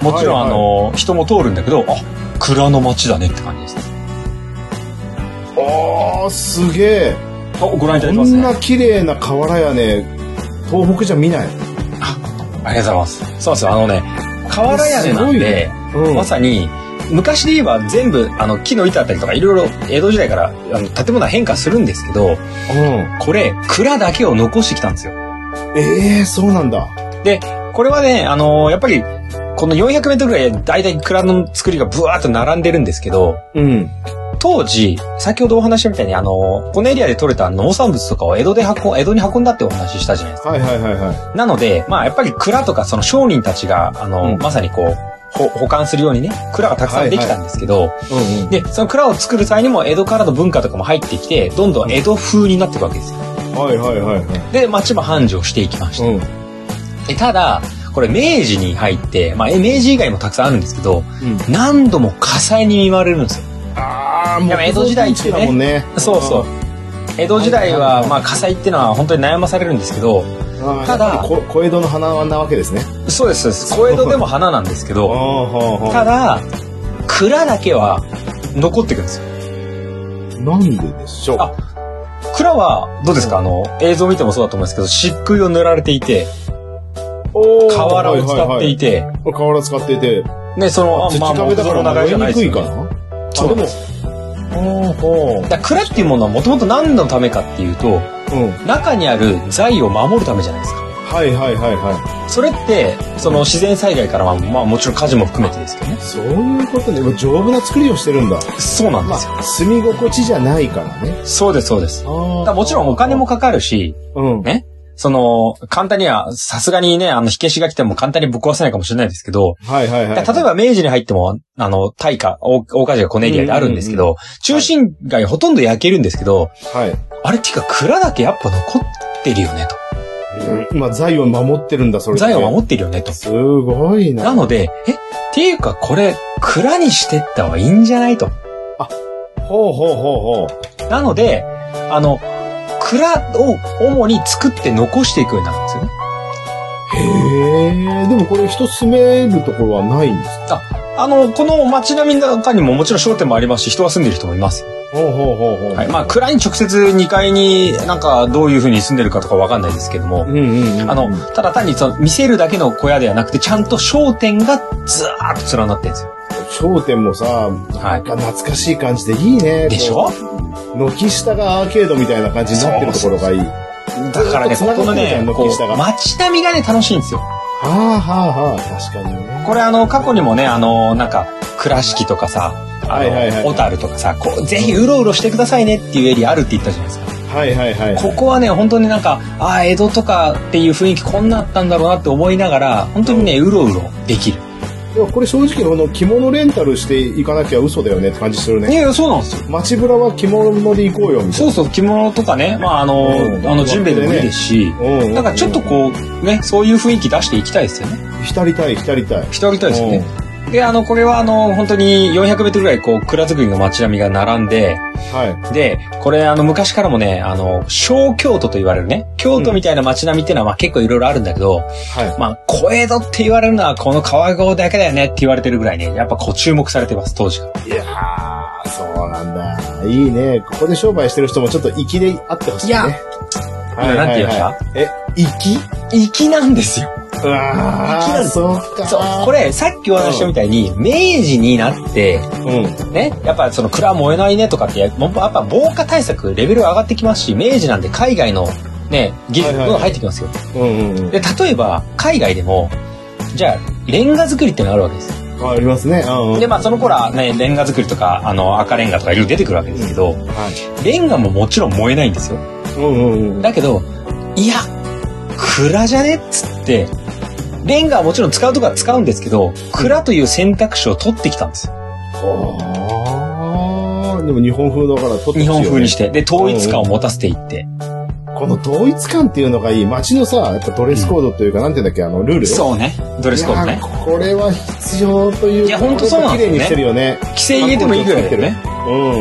Speaker 2: もちろん
Speaker 1: は
Speaker 2: あ
Speaker 1: いはい
Speaker 2: の、人も通るんだけど、あ、蔵の町だねって感じですね。
Speaker 1: あー、すげえ。
Speaker 2: あご覧いただき
Speaker 1: こ
Speaker 2: ます
Speaker 1: ん
Speaker 2: ね。
Speaker 1: な綺麗な瓦屋ね、東北じゃ見ない。
Speaker 2: ありがとうございます。そうなんですよ。あのね、瓦屋根なん
Speaker 1: すごい
Speaker 2: で、
Speaker 1: うん
Speaker 2: まさに、昔で言えば全部、あの、木の板だったりとか、いろいろ江戸時代から、あの、建物は変化するんですけど、
Speaker 1: うん。
Speaker 2: これ、蔵だけを残してきたんですよ。
Speaker 1: ええそうなんだ。
Speaker 2: これはね、あのーやっぱり、この400メートルぐらい、だいたい蔵の作りがブワーっと並んでるんですけど、
Speaker 1: うん。
Speaker 2: 当時、先ほどお話ししたみたいに、あのーこのエリアで採れた農産物とかを江戸で運ん、江戸に運んだってお話ししたじゃないですか。
Speaker 1: はいはいはいは
Speaker 2: なので、まあ、やっぱり蔵とか、その商人たちが、あのー
Speaker 1: うん
Speaker 2: まさにこう、ほ保管するようにね、蔵がたくさんできたんですけど、
Speaker 1: い。うんうん。
Speaker 2: で、その蔵を作る際にも江戸からの文化とかも入ってきて、どんどん江戸風になっていくわけですよ。
Speaker 1: はいはいはいは
Speaker 2: で、町も繁盛していきました。
Speaker 1: い。うん。
Speaker 2: でただ、これ明治に入って、まあ、え明治以外もたくさんあるんですけど、
Speaker 1: うん
Speaker 2: 何度も火災に見舞われるんですよ。
Speaker 1: ああ、
Speaker 2: やっぱ江戸時代ってね
Speaker 1: 保存地だもんね。
Speaker 2: そうそう。江戸時代は、まあ、火災ってのは本当に悩まされるんですけど、
Speaker 1: あー
Speaker 2: ただ
Speaker 1: やっぱりこ小江戸の花なわけですね。
Speaker 2: そうです、そうです。小江戸でも花なんですけど、た
Speaker 1: ああ、
Speaker 2: だ、蔵だけは残っていくんですよ。
Speaker 1: なんででしょう。
Speaker 2: あ蔵は、どうですかあの、映像見てもそうだと思うんですけど、漆喰を塗られていて、
Speaker 1: おー
Speaker 2: 瓦を使ってい。て、
Speaker 1: はいはい瓦使っていて。
Speaker 2: ね、その、
Speaker 1: 土
Speaker 2: まあ、
Speaker 1: 壁だから
Speaker 2: まあ
Speaker 1: 燃
Speaker 2: 木造の長屋じゃ
Speaker 1: えに
Speaker 2: ないです
Speaker 1: くい
Speaker 2: よ
Speaker 1: か
Speaker 2: ね
Speaker 1: な。
Speaker 2: そうなんで
Speaker 1: あ、でも。
Speaker 2: だから蔵っていうものはもともと何のためかっていうと、
Speaker 1: うん。うん。
Speaker 2: 中にある財を守るためじゃないですか。
Speaker 1: はいはいはいは
Speaker 2: それって、その自然災害からは、まあもちろん火事も含めてですけどね
Speaker 1: い。。そういうことね。もう丈夫な作りをしてるんだ。
Speaker 2: そうなんで
Speaker 1: ます
Speaker 2: よ。
Speaker 1: あ、住み心地じゃないからね。
Speaker 2: そうです、そうです。だから
Speaker 1: あ
Speaker 2: もちろんお金もかかるし、
Speaker 1: あ。うん。
Speaker 2: ね。その、簡単には、さすがにね、あの、火消しが来ても簡単にぶっ壊せないかもしれないですけど、
Speaker 1: はいはいはい。
Speaker 2: だから例えば明治に入っても、あの、大火、大大火事がこのエリアであるんですけ
Speaker 1: うん
Speaker 2: ど、中心街ほとんど焼けるんですけど、
Speaker 1: はい。
Speaker 2: あれっていうか蔵だけやっぱ残ってるよねと。
Speaker 1: うんまあ、財を守ってるんだ、それだけ
Speaker 2: 財を守ってるよねと。
Speaker 1: すごいな。
Speaker 2: なので、え、っていうかこれ、蔵にしてった方がいいんじゃないと。
Speaker 1: ほうほうほうほう。
Speaker 2: なので、あの、蔵を主に作って残していくようになるんですよね。
Speaker 1: へえ。でもこれ人住めるところはないんですか
Speaker 2: あの、この街並みの中にももちろん商店もありますし、人が住んでる人もいます。
Speaker 1: ほうほうほうほう
Speaker 2: はい。まあ、蔵に直接2階になんかどういう風に住んでるかとかわかんないですけども、
Speaker 1: うんうんうん。
Speaker 2: あの、ただ単にその見せるだけの小屋ではなくて、ちゃんと商店がずーっと連なってるんですよ。
Speaker 1: 商店もさ、なんか懐かしい感じでいいね。
Speaker 2: でしょ
Speaker 1: こう軒下がアーケードみたいな感じになってるところがいい。は
Speaker 2: だからね、
Speaker 1: ず
Speaker 2: こ
Speaker 1: っと繋
Speaker 2: こ
Speaker 1: が
Speaker 2: の
Speaker 1: ってるじゃん
Speaker 2: ね、こ
Speaker 1: 軒下が
Speaker 2: う、街並みがね、楽しいんですよ。
Speaker 1: あはあはあ、確かにね。
Speaker 2: これあの、過去にもね、あの、なんか、倉敷とかさ、あ
Speaker 1: はいはいはい
Speaker 2: の、小樽とかさ、こう、ぜひうろうろしてくださいねっていうエリアあるって言ったじゃないですか。
Speaker 1: はいはいはい。
Speaker 2: ここはね、本当になんか、ああ、江戸とかっていう雰囲気こんなあったんだろうなって思いながら、本当にね、うろうろできる。
Speaker 1: でもこれ正直、この着物レンタルしていかなきゃ嘘だよねって感じする
Speaker 2: い
Speaker 1: ね。
Speaker 2: やいや、そうなんですよ。
Speaker 1: 街ぶらは着物で行こうよ、みたい
Speaker 2: そうそう、着物とかね、まああの
Speaker 1: うん、
Speaker 2: あの、ジンベエでもいいですし、
Speaker 1: な。うん
Speaker 2: なんかちょっとこう、ね、そういう雰囲気出していきたいですよね。
Speaker 1: うん。浸りたい、浸りたい。
Speaker 2: してあげたいですよね。で、あの、これはあの、本当に400メートルぐらい、こう、蔵造りの街並みが並んで、
Speaker 1: は
Speaker 2: で、これあの昔からもね、あの、小京都と言われるね、京都みたいな街並みっていうのはまあ結構いろいろあるんだけど、
Speaker 1: い。は
Speaker 2: まあ小江戸って言われるのはこの川越だけだよねって言われてるぐらいね、やっぱこう注目されてます、当時から。
Speaker 1: い。いやー、そうなんだ。いいね。ここで商売してる人もちょっと粋であってほしいね。
Speaker 2: いや
Speaker 1: はいはいはい
Speaker 2: なん
Speaker 1: え、粋
Speaker 2: 粋なんですよ。
Speaker 1: うわ
Speaker 2: 粋なんです
Speaker 1: そうか。
Speaker 2: そう、これさっきお話ししたみたいに、明治になって、
Speaker 1: うん。
Speaker 2: ね、やっぱその蔵燃えないねとかって、やっぱやっぱ防火対策レベルが上がってきますし、明治なんで海外のね、技
Speaker 1: は
Speaker 2: 術
Speaker 1: いはいはい
Speaker 2: どんどん入ってきますよ。
Speaker 1: うんうんうん。
Speaker 2: で、例えば海外でも、じゃあ、レンガ作りっていうのがあるわけですよ
Speaker 1: ありますね。うんうん。
Speaker 2: でまあその頃はねレンガ作りとかあの赤レンガとかいろいろ出てくるわけですけど
Speaker 1: はい。
Speaker 2: レンガももちろん燃えないんですよ
Speaker 1: うんうんうん。
Speaker 2: だけどいや蔵じゃねっつってレンガはもちろん使うとこは使うんですけど蔵という選択肢を取ってきたんですよ
Speaker 1: あーでも日本風だから撮ってほしいよね
Speaker 2: 日本風にしてで統一感を持たせていって
Speaker 1: この統一感っていうのがいい。街のさ、やっぱドレスコードというか、なんていうんだっけ、あの、ルールう。
Speaker 2: そうねドレスコード
Speaker 1: い
Speaker 2: ね
Speaker 1: やこれは必要というか。
Speaker 2: いやほんとそうなんです
Speaker 1: 綺麗
Speaker 2: よね
Speaker 1: にしてるよね。
Speaker 2: 規制入れてもいいぐらいだよね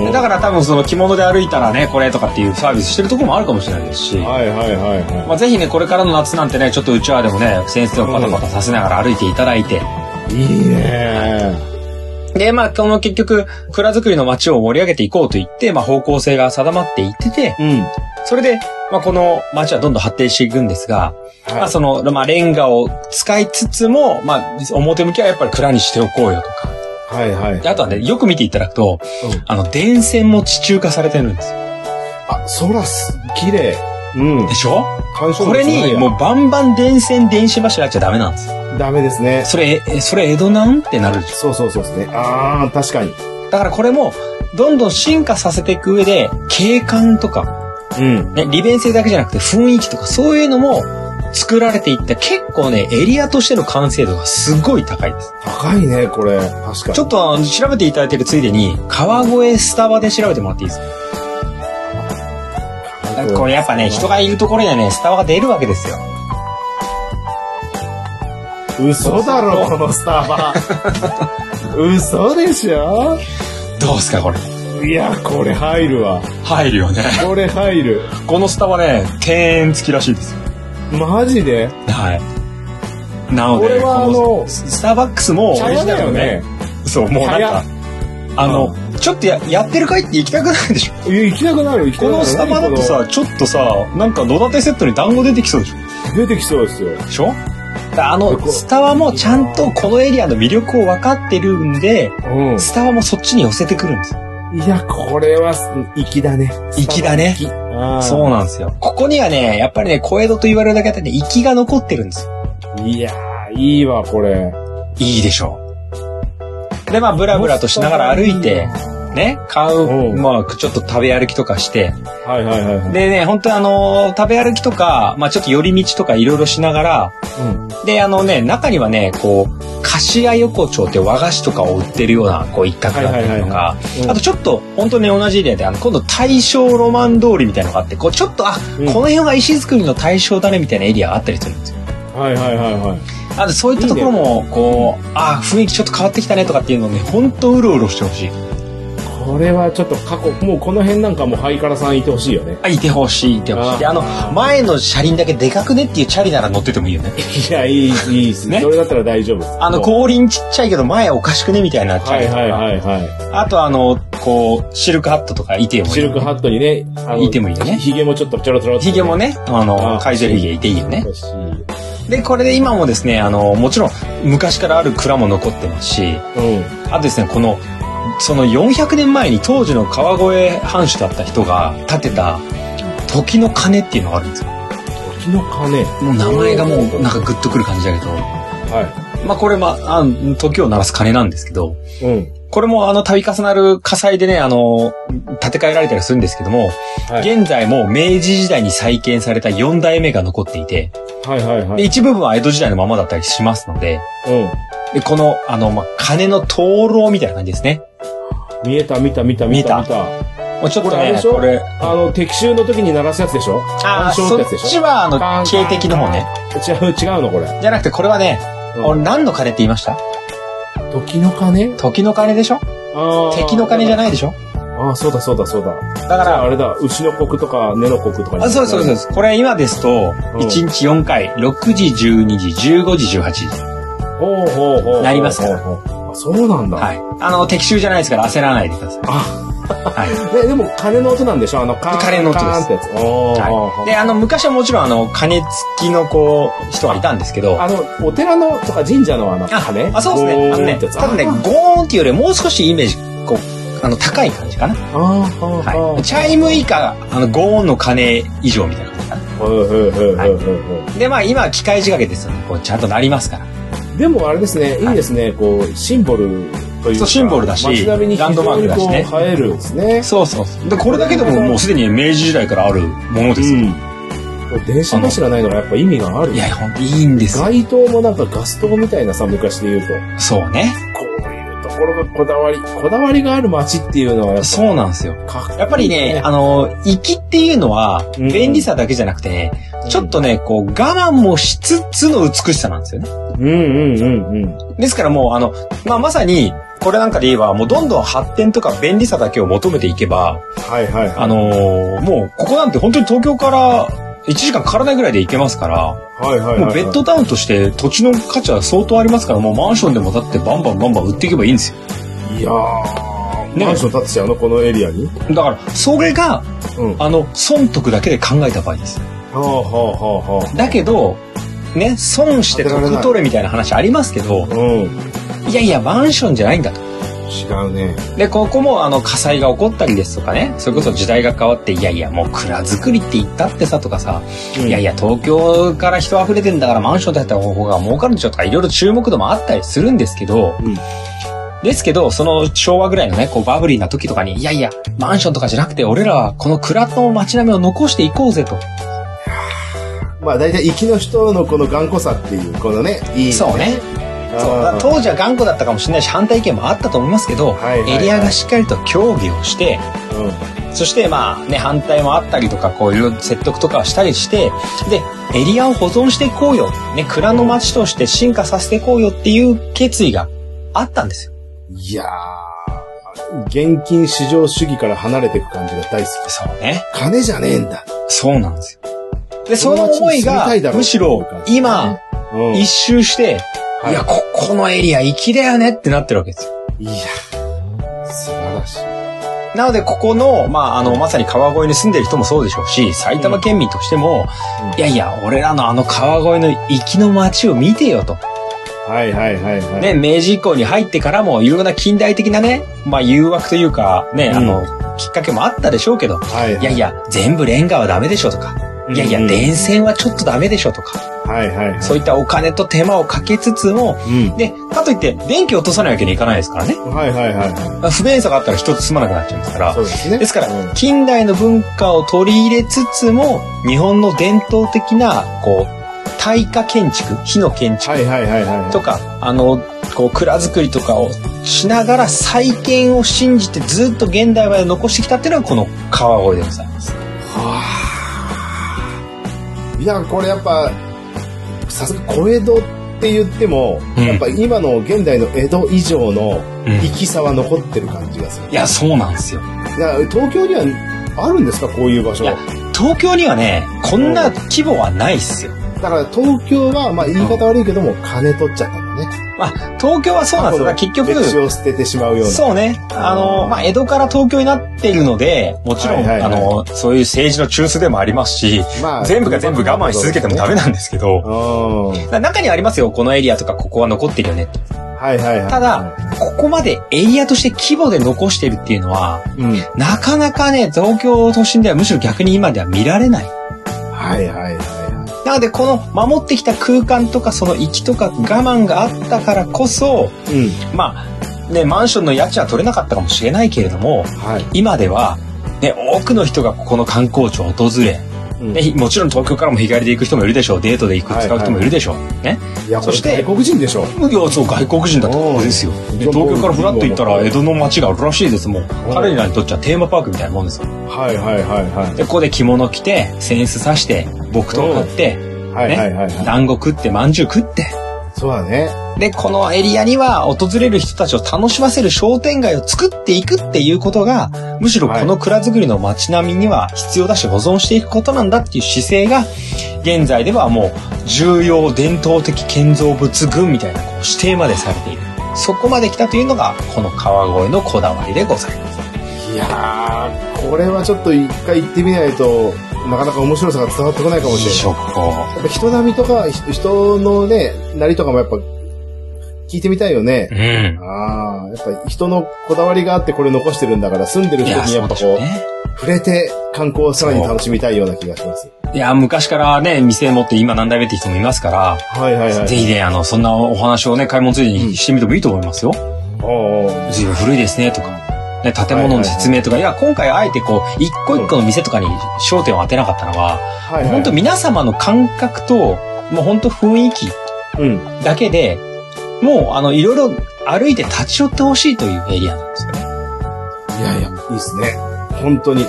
Speaker 1: うん。
Speaker 2: だから多分その着物で歩いたらねこれとかっていうサービスしてるところもあるかもしれないですし
Speaker 1: はいはいはいは
Speaker 2: まあ、ぜひね、これからの夏なんてね、ちょっとうちわでもね、先生をパタパタさせながら歩いていただいて、
Speaker 1: い。いいね
Speaker 2: で、まあ、この結局、蔵造りの街を盛り上げていこうと言って、まあ、方向性が定まっていってて、
Speaker 1: うん。
Speaker 2: それで、まあ、この街はどんどん発展していくんですが、まあ、その、まあ、レンガを使いつつも、まあ、表向きはやっぱり蔵にしておこうよとか。
Speaker 1: はいはい
Speaker 2: で。あとはね、よく見ていただくと、
Speaker 1: うん
Speaker 2: あの、電線も地中化されてるんですよ。
Speaker 1: あ、空す、綺麗。うん。
Speaker 2: でしょ
Speaker 1: 干渉
Speaker 2: これに、もうバンバン電線、電子柱やっちゃダメなんですよ。
Speaker 1: う。ダメですね。
Speaker 2: それ、えそれ江戸なんってなるでし
Speaker 1: そうそうそうですね。ああ、確かに。
Speaker 2: ょ。だからこれも、どんどん進化させていく上で、景観とか、
Speaker 1: うん。
Speaker 2: ね、利便性だけじゃなくて雰囲気とか、そういうのも作られていった結構ね、エリアとしての完成度がすごい高いです。
Speaker 1: 高いね、これ。確かに。
Speaker 2: ちょっとあの調べていただいてるついでに、川越スタバで調べてもらっていいですかこれやっぱね、人がいるところにはね、スタバが出るわけですよ。
Speaker 1: 嘘だろ、このスタ
Speaker 2: [laughs]
Speaker 1: バ。嘘でしょ
Speaker 2: どうすか、これ。
Speaker 1: いや、これ入るわ。
Speaker 2: 入るよね。
Speaker 1: これ入る。
Speaker 2: [laughs] このスタバね、庭園付きらしいですよ。
Speaker 1: マジで
Speaker 2: はい。なので、
Speaker 1: これは
Speaker 2: こ
Speaker 1: あの
Speaker 2: ススターバックスも、
Speaker 1: 茶屋だよね。
Speaker 2: そう、もうなん
Speaker 1: 茶屋
Speaker 2: か、あの、ちょっとややってるかいって行きたくないでしょ。
Speaker 1: いや行きたくなる、行きた
Speaker 2: こ
Speaker 1: くなる。
Speaker 2: のスタバだとさ、ちょっとさ、なんか野立てセットに団子出てきそうでしょ
Speaker 1: 何この、出てきそうですよ。
Speaker 2: でしょあの
Speaker 1: こ、こ
Speaker 2: スタバもちゃんとこのエリアの魅力を分かってるんで、
Speaker 1: うん。
Speaker 2: スタバもそっちに寄せてくるんですよ。
Speaker 1: いや、これは、粋だね。
Speaker 2: 粋だね
Speaker 1: 粋。あ
Speaker 2: そうなんですよ。ここにはね、やっぱりね、小江戸と言われるだけあってね、粋が残ってるんですよ。
Speaker 1: う。いやー、いいわ、これ。
Speaker 2: いいでしょう。で、まあ、ブラブラとしながら歩いて、ね、買う、
Speaker 1: うん
Speaker 2: まあ、ちょっと食べ歩きとかして、
Speaker 1: はいはいはいはい。
Speaker 2: でね、本当にあのー食べ歩きとか、まあ、ちょっと寄り道とかいろいろしながら、
Speaker 1: うん
Speaker 2: で、あのね、中にはね、こう、菓屋横丁って和菓子とかを売ってるような、こう、一角だったり
Speaker 1: はい
Speaker 2: と
Speaker 1: はいはい
Speaker 2: か、
Speaker 1: うん
Speaker 2: あとちょっと、本当にね同じエリアで、あの、今度大正ロマン通りみたいなのがあって、こう、ちょっと、あ、
Speaker 1: うん
Speaker 2: この辺が石造りの大正だねみたいなエリアがあったりするんですよ。
Speaker 1: はいはいはいはい。
Speaker 2: あと、そういったところも、こう、あ、雰囲気ちょっと変わってきたねとかっていうのをね、本当うろうろしてほしい。
Speaker 1: これはちょっと過去、もうこの辺なんかもうハイカラさんいてほしい
Speaker 2: [laughs]
Speaker 1: よね。
Speaker 2: あ、いてほしい、いてほしい。で、あの、前の車輪だけでかくねっていうチャリなら乗っててもいいよね。
Speaker 1: いや、いい、いいですね。
Speaker 2: ね
Speaker 1: それだったら大丈夫です。
Speaker 2: あの、後輪ちっちゃいけど前おかしくねみたいなチャ
Speaker 1: は
Speaker 2: リ
Speaker 1: い
Speaker 2: とか。
Speaker 1: はいはいはい。
Speaker 2: あと、あの、こう、シルクハットとかいてもいい。
Speaker 1: シルクハットにね、あの
Speaker 2: いてもいいよね
Speaker 1: ひげもちょっとちょろちょろっと。
Speaker 2: ヒゲもね、あの、
Speaker 1: あ
Speaker 2: 海上ヒゲいていいよね。
Speaker 1: 欲しい。
Speaker 2: で、これで今もですね、あの、もちろん昔からある蔵も残ってますし、
Speaker 1: うん。
Speaker 2: あとですね、この、その400年前に当時の川越藩主だった人が建てた時の鐘っていうのがあるんですよ。
Speaker 1: 時の鐘。
Speaker 2: もう名前がもうなんかグッとくる感じだけど、
Speaker 1: は
Speaker 2: まあこれまあ、あの時を鳴らす鐘なんですけど、
Speaker 1: い。うん。
Speaker 2: これもあの度重なる火災でね、あの、建て替えられたりするんですけども、
Speaker 1: はい
Speaker 2: 現在も明治時代に再建された4代目が残っていて、
Speaker 1: はいはいは
Speaker 2: で
Speaker 1: い。
Speaker 2: 一部分は江戸時代のままだったりしますので、
Speaker 1: う
Speaker 2: で、この、あの、まあ、鐘の灯籠みたいな感じですね。
Speaker 1: ん。見えた見た見た見た
Speaker 2: 見
Speaker 1: 見た。
Speaker 2: もうちょっと
Speaker 1: これあれ
Speaker 2: ね
Speaker 1: で、しょ
Speaker 2: これ、
Speaker 1: あの、敵襲の時に鳴らすやつでしょ
Speaker 2: あー、
Speaker 1: 暗唱っ
Speaker 2: そ
Speaker 1: て
Speaker 2: っ
Speaker 1: やつでしょ
Speaker 2: ちは、あ
Speaker 1: カ
Speaker 2: の、
Speaker 1: ン
Speaker 2: 警笛の方ね。
Speaker 1: 違う、違うのこれ。
Speaker 2: じゃなくて、これはね、
Speaker 1: うん
Speaker 2: 俺何の鐘って言いました
Speaker 1: 時の鐘
Speaker 2: 時の鐘でしょ
Speaker 1: あ
Speaker 2: 敵の鐘じゃ
Speaker 1: い
Speaker 2: ないでしょ
Speaker 1: ああ、そうだそうだそうだ。
Speaker 2: だか
Speaker 1: だから
Speaker 2: ら、
Speaker 1: あれだ、牛の国とか、根の国とかに
Speaker 2: あそうですそうですそうです。これ今ですと、
Speaker 1: うん
Speaker 2: 1日4回、6時、12時、15時、18時。
Speaker 1: ほうほうほう。
Speaker 2: なりますから
Speaker 1: ほうほうあそうなんだ。
Speaker 2: はい。あの、敵襲じゃないですから焦らないでください。
Speaker 1: あ、
Speaker 2: は
Speaker 1: で、でも鐘の音なんでしょあの、カーン。
Speaker 2: 鐘の音です
Speaker 1: カーンってやつ。おー
Speaker 2: い。で、あの、昔はもちろん、あの、鐘付きの、こう、人がいたんですけど、
Speaker 1: あの、お寺のとか神社のあの、鐘
Speaker 2: あ、そうですね。あの
Speaker 1: ゴー
Speaker 2: ね、
Speaker 1: ンってやつ
Speaker 2: 多分ね、ゴーンっていうよりもう少しイメージ、こう、あの、高い感じかな。
Speaker 1: あーはー
Speaker 2: は。
Speaker 1: はいい。
Speaker 2: チャイム以下、あの、ゴーンの鐘以上みたいな感じかな。
Speaker 1: ほうほうほうほうほうほ
Speaker 2: で、まあ、今は機械仕掛けですよね。こう、ちゃんとなりますから。
Speaker 1: うでもあれですね、いいですね、こう、シンボルという
Speaker 2: そう
Speaker 1: か。
Speaker 2: シンボルだし
Speaker 1: 街並みに非常に
Speaker 2: ランドマークだしね
Speaker 1: こう映えるんですね。
Speaker 2: そうそうそう。で、これだけでももうすでに明治時代からあるものです。
Speaker 1: ん。これ電子柱ないのがやっぱ意味がある
Speaker 2: い。や、ほんといいんですよ。
Speaker 1: 街灯もなんかガス灯みたいなさ、昔で言うと。
Speaker 2: そうね。
Speaker 1: こういうところがこだわり、こだわりがある街っていうのはやっ
Speaker 2: そうなんですよ。
Speaker 1: ぱかっこいい
Speaker 2: やっぱりね、あの、行きっていうのは、
Speaker 1: うん
Speaker 2: 便利さだけじゃなくて、ちょっとね、こう、我慢もしつつの美しさなんですよね。
Speaker 1: うんうんうんうん。
Speaker 2: ですからもう、あの、まあ、まさに、これなんかで言えば、もうどんどん発展とか便利さだけを求めていけば、
Speaker 1: はいはいはい。
Speaker 2: あのーもう、ここなんて本当に東京から1時間かからないぐらいで行けますから、
Speaker 1: はいはいはいはい。
Speaker 2: もうベッドタウンとして土地の価値は相当ありますから、もうマンションでもだってバンバンバンバン売っていけばいいんですよ。
Speaker 1: いやー、
Speaker 2: ね
Speaker 1: マンション建てちゃうのこのエリアに。
Speaker 2: だから、それが、
Speaker 1: うん。は
Speaker 2: あの、損得だけで考えた場合です。
Speaker 1: あはあは
Speaker 2: だけど、ね、損して得取れみたいな話ありますけど
Speaker 1: あ、はあ。うん。
Speaker 2: いやいや、マンションじゃないんだと。
Speaker 1: 違うね。
Speaker 2: でここもあの火災が起こったりですとかねそれこそ時代が変わっていやいやもう蔵造りって言ったってさとかさ、いやいや東京から人溢れてんだからマンション建てた方法が儲かるんでしょとかいろいろ注目度もあったりするんですけど、
Speaker 1: うん
Speaker 2: ですけどその昭和ぐらいのねこうバブリーな時とかにいやいやマンションとかじゃなくて俺らはこの蔵の街並みを残していこうぜと
Speaker 1: まあ大体、生きの人のこの頑固さっていう、このね、いい。
Speaker 2: そうね
Speaker 1: うん。
Speaker 2: そうだから当時は頑固だったかもしれないし反対意見もあったと思いますけど、
Speaker 1: はいはいはい
Speaker 2: エリアがしっかりと協議をして
Speaker 1: うん。
Speaker 2: そしてまあね反対もあったりとかこういろいろ説得とかをしたりしてでエリアを保存していこうよ、ね、蔵の町として進化させていこうよっていう決意があったんですよ。
Speaker 1: いやー、現金市場主義から離れていく感じが大好き。
Speaker 2: そうね
Speaker 1: 金じゃねえんだ。
Speaker 2: そうなんですよ。でそ
Speaker 1: こ
Speaker 2: の
Speaker 1: の町
Speaker 2: 思い
Speaker 1: に住み
Speaker 2: が
Speaker 1: たいだろう
Speaker 2: むしろ今
Speaker 1: うん。
Speaker 2: 一周して、
Speaker 1: はい
Speaker 2: いやここのエリア粋だよねってなってるわけですよ。
Speaker 1: いや素晴らしい。
Speaker 2: なので、ここの、まあ、あの、まさに川越に住んでる人もそうでしょうし、埼玉県民としても、
Speaker 1: うん
Speaker 2: いやいや、俺らのあの川越の行きの街を見てよと。
Speaker 1: はいはいはいはい。
Speaker 2: ね、明治以降に入ってからも、いろんな近代的なね、まあ、誘惑というか、ね、あの、きっかけもあったでしょうけど、
Speaker 1: はい
Speaker 2: いやいや、全部レンガはダメでしょとか、いやいや、
Speaker 1: うん
Speaker 2: 電線はちょっとダメでしょとか、
Speaker 1: はいはいはい。
Speaker 2: そういったお金と手間をかけつつも、
Speaker 1: うん。
Speaker 2: で、かといって、電気を落とさないわけにいかないですからね。
Speaker 1: はいはいはいは
Speaker 2: まあ不便さがあったら一つ住まなくなっちゃいますから
Speaker 1: い。そ、うですね。
Speaker 2: ですか
Speaker 1: うん
Speaker 2: ら、近代の文化を取り入れつつも、日本の伝統的な、こう、耐火建築、火の建築
Speaker 1: はいはいはいはい。
Speaker 2: とか、あの、こう、蔵造りとかをしながら再建を信じてずっと現代まで残してきたっていうのがこの川越でございます。
Speaker 1: いや、これやっぱ、さすが小江戸って言っても、
Speaker 2: うん
Speaker 1: やっぱ今の現代の江戸以上の
Speaker 2: い
Speaker 1: 粋さは残ってる感じがする。
Speaker 2: や、そうなんですよ。
Speaker 1: いや、東京にはあるんですかこういう場所。
Speaker 2: いや
Speaker 1: だ
Speaker 2: 東京にはね、こんな規模はないっすよ。
Speaker 1: から東京は、まあ言い方悪いけども、金取っちゃったんだね。
Speaker 2: まあ、東京はそうなんですよ。だから結局、
Speaker 1: 歴史を捨ててしまうような。
Speaker 2: そうね。あの、まあ、江戸から東京になっているので、もちろん、
Speaker 1: はいはいはい
Speaker 2: あの、そういう政治の中枢でもありますし、
Speaker 1: ま
Speaker 2: 全部が全部我慢し続けてもダメなんですけど、
Speaker 1: うん。
Speaker 2: だから中にはありますよ、このエリアとかここは残ってるよねと。
Speaker 1: はいはいはい。
Speaker 2: ただ、ここまでエリアとして規模で残してるっていうのは、
Speaker 1: うん。はい
Speaker 2: なかなかね、東京都心ではむしろ逆に今では見られない。
Speaker 1: はいはいは
Speaker 2: なので、この守ってきた空間とか、その域とか我慢があったからこそ、
Speaker 1: い。うん。
Speaker 2: まあ、ね、マンションの家賃は取れなかったかもしれないけれども、
Speaker 1: はい。
Speaker 2: 今では、ね、多くの人がここの観光地を訪れ、
Speaker 1: うん
Speaker 2: ね、もちろん東京からも日帰りで行く人もいるでしょうデートで行く
Speaker 1: はい
Speaker 2: 使う人もいるでしょう、ね
Speaker 1: いや、
Speaker 2: そ
Speaker 1: そ
Speaker 2: し
Speaker 1: してて外国人でしょ。
Speaker 2: いやそう外国人だってことですよ
Speaker 1: うん
Speaker 2: で東京からフラッと行ったら江戸の街があるらしいですもん彼らにとっちゃテーマパークみたいなもんですよ
Speaker 1: はいはいはいは
Speaker 2: でここで着物着てセンスさして木刀買って
Speaker 1: い。はいはいはいはい。
Speaker 2: 団子食ってまんじゅう食って
Speaker 1: そうだね。
Speaker 2: でこのエリアには訪れる人たちを楽しませる商店街を作っていくっていうことがむしろこの蔵造りの街並みには必要だし保存していくことなんだっていう姿勢が現在ではもう重要伝統的建造物群みたいなこう指定までされているそこまで来たというのがこの川越のこだわりでございます。
Speaker 1: いやー、これはちょっと一回行ってみないと、なかなか面白さが伝わってこないかもしれない。
Speaker 2: 食法
Speaker 1: やっぱ人並みとか、ひ人のね、なりとかもやっぱ聞いてみたいよね
Speaker 2: う。ん。
Speaker 1: ああ、やっぱ人のこだわりがあってこれ残してるんだから、住んでる
Speaker 2: い
Speaker 1: 人
Speaker 2: や
Speaker 1: にや
Speaker 2: そ
Speaker 1: っ
Speaker 2: う
Speaker 1: ぱ
Speaker 2: でし
Speaker 1: こ
Speaker 2: ょう
Speaker 1: う、
Speaker 2: ね。
Speaker 1: 触れて観光をさらに楽しみたいような気がします。
Speaker 2: いや昔からね店持って今何代目って人もいますから
Speaker 1: はいはいはい。
Speaker 2: ぜひね、あの、そんなお話をね、買い物ついでにしてみてもいいと思いますよ。
Speaker 1: おうおう
Speaker 2: 随分古いですね、とか。ね、建物の説明とか、いや、今回あえてこう、一個一個の店とかに焦点を当てなかったのは、
Speaker 1: はいはい。
Speaker 2: 本当皆様の感覚と、もう本当雰囲気
Speaker 1: うん。
Speaker 2: だけで、もう、あの、いろいろ歩いて立ち寄ってほしいというエリアなんですよね。
Speaker 1: いやいや、いいっすね。本当に。